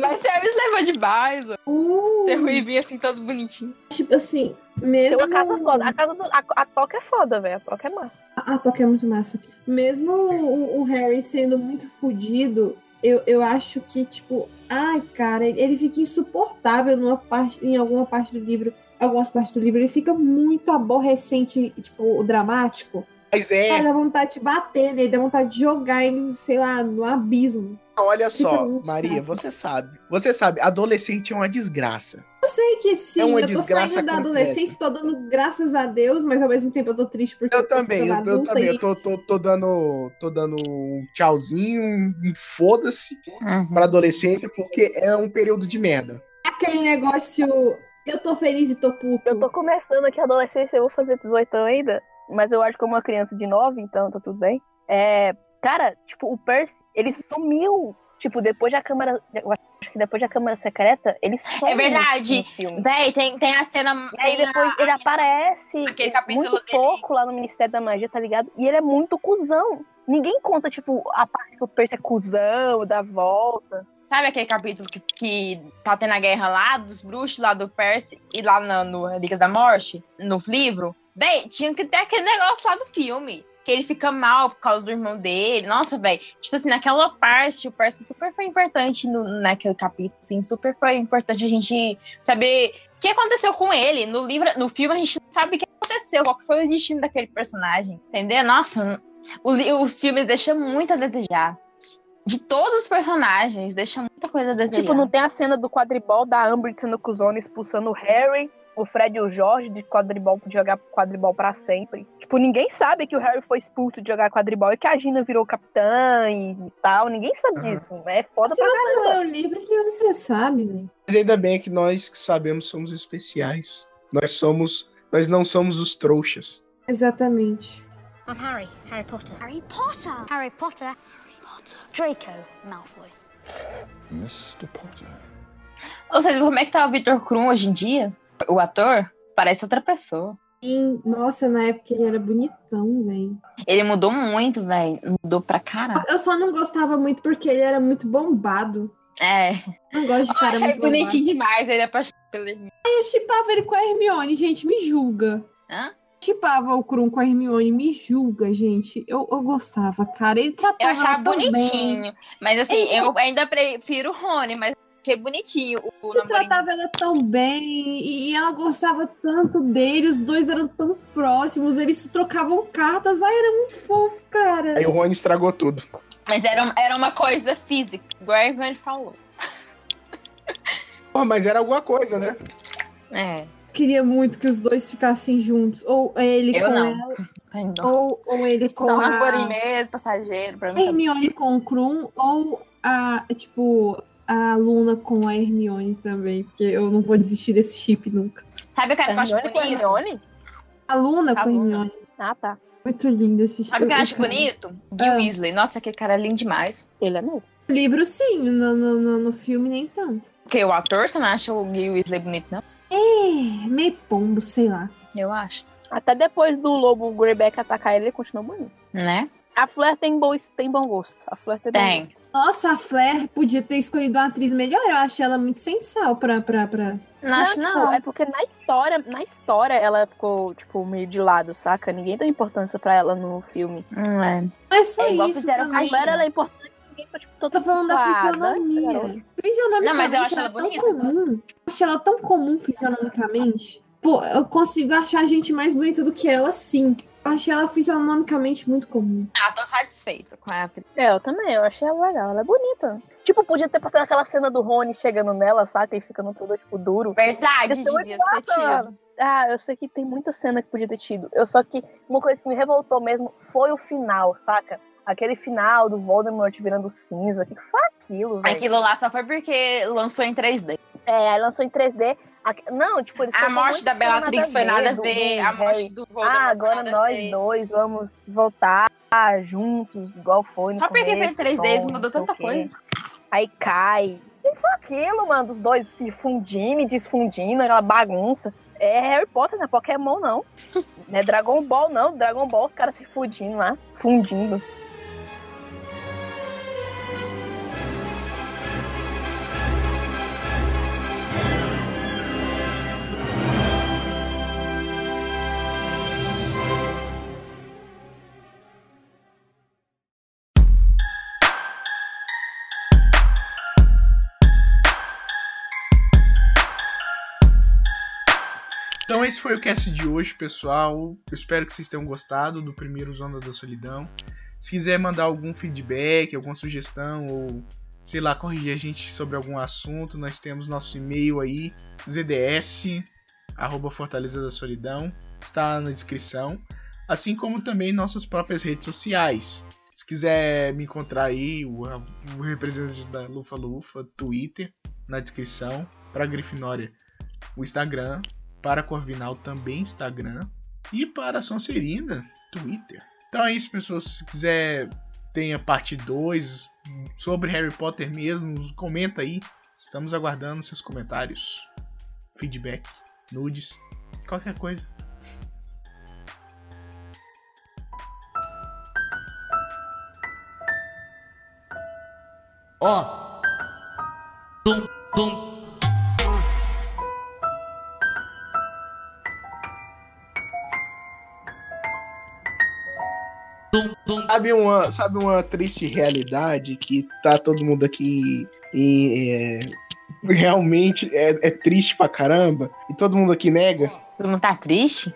C: Mas se Harry levou de base,
B: uh,
C: seu ruivinho assim, todo bonitinho.
B: tipo assim,
D: tem
B: mesmo...
D: uma casa foda. A casa do. A, a toca é foda, velho. A toca é massa.
B: A a Toca é muito massa. Mesmo o, o Harry sendo muito fodido, eu, eu acho que, tipo, ai, cara, ele, ele fica insuportável numa parte, em alguma parte do livro, algumas partes do livro, ele fica muito aborrecente, tipo, dramático.
A: Mas é,
B: Cara, dá vontade de bater nele, dá vontade de jogar ele, sei lá, no abismo.
A: olha
B: fica
A: só,
B: muito
A: Maria,
B: chato.
A: você sabe. Você sabe, adolescente é uma desgraça.
B: Eu sei que sim,
A: É uma
B: eu tô
A: desgraça
B: saindo da
A: completa.
B: adolescência, tô dando graças a Deus, mas ao mesmo tempo eu tô triste porque
A: Eu
B: tô
A: também, eu,
B: ficando
A: eu
B: adulta
A: também.
B: e-
A: Eu tô, tô, tô dando, tô dando um tchauzinho, um foda-se
C: Uhum.
A: pra adolescência, porque é um período de merda.
B: é Aquele negócio, eu tô feliz e tô puto.
D: Eu tô começando aqui a adolescência, eu vou fazer 18 ainda, mas eu acho que eu uma criança de 9, então tá tudo bem. É, cara, tipo, o Percy, ele sumiu. Tipo, depois da câmara. Eu acho que depois da câmara secreta, ele some
C: É verdade.
D: nos filmes.
C: Véi, tem, tem a cena.
D: E aí
C: tem a-
D: depois ele aparece
C: aquele capítulo
D: muito
C: dele.
D: pouco lá no Ministério da Magia, tá ligado? E ele é muito cuzão. Ninguém conta, tipo, a parte que o Percy é cuzão, dá volta.
C: Sabe aquele capítulo que, que tá tendo a guerra lá, dos bruxos, lá do Percy e lá na, no Relíquias da Morte, no livro? Bem, tinha que ter aquele negócio lá do filme. Que ele fica mal por causa do irmão dele. Nossa, velho. Tipo assim, naquela parte, o Percy super foi importante no, naquele capítulo, assim. Super foi importante a gente saber o que aconteceu com ele. No livro, no filme, a gente não sabe o que aconteceu, qual que foi o destino daquele personagem. Entendeu? Nossa, o li- os filmes deixam muito a desejar de todos os personagens, deixa muita coisa a desejar.
D: Tipo, não tem a cena do quadribol da Umbridge sendo cuzona, expulsando o Harry, o Fred e o Jorge de quadribol, de jogar quadribol pra sempre. Tipo, ninguém sabe que o Harry foi expulso de jogar quadribol e que a Gina virou capitã e tal. Ninguém sabe
A: Aham.
D: disso. É foda
B: Se
D: pra
B: você lê o livro, que você sabe, né?
A: Mas ainda bem que nós que sabemos somos especiais. Nós somos, nós não somos os trouxas.
B: Exatamente.
F: I'm Harry, Harry Potter. Harry Potter. Harry Potter. Harry Potter. Draco Malfoy.
I: Mr. Potter.
C: Ou seja, como é que tá o Victor Krum hoje em dia? O ator? Parece outra pessoa.
B: E, nossa, na época ele era bonitão, velho.
C: Ele mudou muito, velho. Mudou pra caralho.
B: Eu só não gostava muito porque ele era muito bombado.
C: É.
B: Não gosto de
C: Eu
B: cara
C: achei
B: muito bombado.
C: bonitinho demais ele apaixonado pelo irmão.
B: Eu chipava ele com a Hermione, gente, me julga.
C: Hã?
B: Chipava o Krum com a Hermione, me julga, gente. Eu, eu gostava, cara. Ele tratava
C: Eu achava
B: ela tão bem.
C: bonitinho. Mas assim,
B: Ele-
C: eu ainda prefiro o Rony, mas achei bonitinho o- o
B: Ele
C: namorado.
B: tratava ela tão bem e e ela gostava tanto dele, os dois eram tão próximos, eles se trocavam cartas. Ai, era muito fofo, cara.
A: Aí o Rony estragou tudo.
C: Mas era, um- era uma coisa física, igual a Irmã falou.
A: Pô, mas era alguma coisa, né?
C: É.
B: queria muito que os dois ficassem juntos. Ou ele
C: Eu
B: com
C: não.
B: ela,
C: Tá indo.
B: ou, ou ele com
C: Só uma por
B: a
C: mesmo, passageiro, pra mim. tá bom.
B: Hermione com o Krum, ou a, tipo, a Luna com a Hermione também, porque eu não vou desistir desse chip nunca.
C: Sabe o cara que eu acho
D: Hermione com
C: bonito?
D: Hermione?
B: A Luna
D: A
B: com a
D: Luna.
B: Hermione.
D: Ah, tá.
B: Muito lindo esse chip.
C: Sabe o que eu
B: Eu-
C: acho bonito? Ah. Gil Weasley. Nossa, aquele cara é lindo demais.
D: Ele é novo.
B: No livro, sim. No, no, no, no filme, nem tanto.
C: Porque o ator, você não acha o Gil Weasley bonito, não?
B: É, meio pombo, sei lá.
C: Eu acho.
D: Até depois do lobo Greyback atacar ele, ele continua bonito.
C: Né?
D: A Fleur tem bom, tem bom gosto. A Fleur tem, bom
C: Tem.
D: gosto.
B: Nossa, a Flair podia ter escolhido uma atriz melhor. Eu achei ela muito sensal pra... pra, pra...
C: Não, acho
D: tipo,
C: não.
D: É porque na história, na história ela ficou, tipo, meio de lado, saca? Ninguém deu importância pra ela no filme.
C: Não é.
B: Mas só
C: É igual
B: isso
C: fizeram com a
B: também.
D: A Fleur, ela é importante ninguém foi, tipo,
B: Eu tô falando da
D: né?
B: fisionomia.
D: fisionomia.
B: Fisionomicamente,
C: Não, mas eu acho
B: ela
C: ela
B: é tão
C: bonita.
B: comum. Eu acho ela tão comum fisionomicamente. Pô, eu consigo achar gente mais bonita do que ela, sim. Eu achei ela fisionomicamente muito comum.
C: Ah, tô satisfeita com a atriz.
D: Eu também, eu achei ela legal. Ela é bonita. Tipo, podia ter passado aquela cena do Rony chegando nela, saca? E ficando todo, tipo, duro.
C: Verdade,
D: Ia ser muito
C: devia ter
D: massa.
C: tido.
D: Ah, eu sei que tem muita cena que podia ter tido. Eu só que uma coisa que me revoltou mesmo foi o final, saca? Aquele final do Voldemort virando cinza. O que que foi aquilo, velho?
C: Aquilo lá só foi porque lançou em 3D.
D: É, aí lançou em 3D. Aqu- Não, tipo, eles
C: A
D: soltam
C: morte
D: muito
C: da
D: cena
C: Bellatrix foi nada a
D: do-
C: ver,
D: do
C: a morte
D: Harry.
C: do Voldemort
D: Ah,
C: foi
D: agora
C: nada a
D: nós
C: ver.
D: dois vamos voltar juntos, igual foi no
C: Só porque
D: começo,
C: foi em 3D,
D: bom,
C: mudou
D: não sei o
C: tanta
D: quê.
C: coisa.
D: Aí cai. E foi aquilo, mano, dos dois se fundindo e desfundindo, aquela bagunça. É Harry Potter, não é
C: [LAUGHS]
D: Pokémon, não. não é Dragon Ball, não. Dragon Ball, os caras se fundindo lá, fundindo.
A: Então esse foi o cast de hoje, pessoal. Eu espero que vocês tenham gostado do primeiro Zona da Solidão. Se quiser mandar algum feedback, alguma sugestão ou sei lá, corrigir a gente sobre algum assunto, nós temos nosso e-mail aí, zds arroba fortaleza da solidão, está na descrição, assim como também nossas próprias redes sociais. Se quiser me encontrar aí, o, o representante da Lufa Lufa, Twitter, na descrição, para Grifinória, o Instagram, para Corvinal também Instagram e para Sonserina Twitter. Então é isso, pessoas. Se quiser tenha parte 2 sobre Harry Potter mesmo, comenta aí. Estamos aguardando seus comentários, feedback, nudes, qualquer coisa.
J: Ó. Dum, dum. Dum, dum.
A: Sabe uma, sabe uma triste realidade que tá todo mundo aqui e é, realmente é, é triste pra caramba e todo mundo aqui nega?
C: Todo mundo tá triste?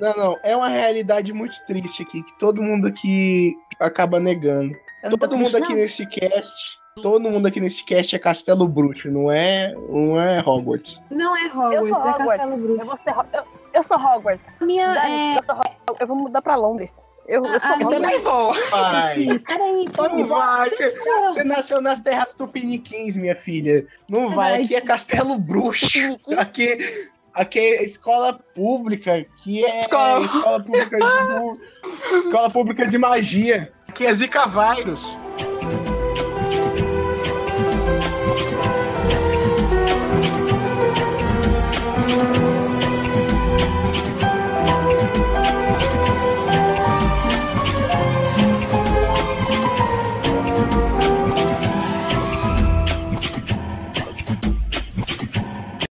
A: Não, não, é uma realidade muito triste aqui que todo mundo aqui acaba negando.
C: Eu não tô
A: Todo mundo
C: triste,
A: aqui
C: não.
A: nesse cast, todo mundo aqui nesse cast é Castelo Bruxo, não é, não é Hogwarts.
B: Não é
D: Eu sou
B: Hogwarts, é
D: Hogwarts.
B: Castelo Bruxo.
D: Eu vou ser Ho- eu, eu sou Hogwarts.
B: A minha
D: Dane-se,
B: é.
D: Eu, sou Ho- eu vou mudar pra Londres. Eu, eu
B: Ah,
D: sou
B: ah,
A: é
D: Hogwarts.
C: Também vou.
A: Pai,
B: Sim, peraí.
A: não vai, você,
B: Não,
A: você nasceu nas terras tupiniquins, minha filha. Não vai,
B: Verdade.
A: aqui é Castelo Bruxo.
D: Tupiniquins?
A: Aqui, aqui é escola pública, que é
C: Escola.
A: escola pública de escola pública de magia, que é Zika Virus.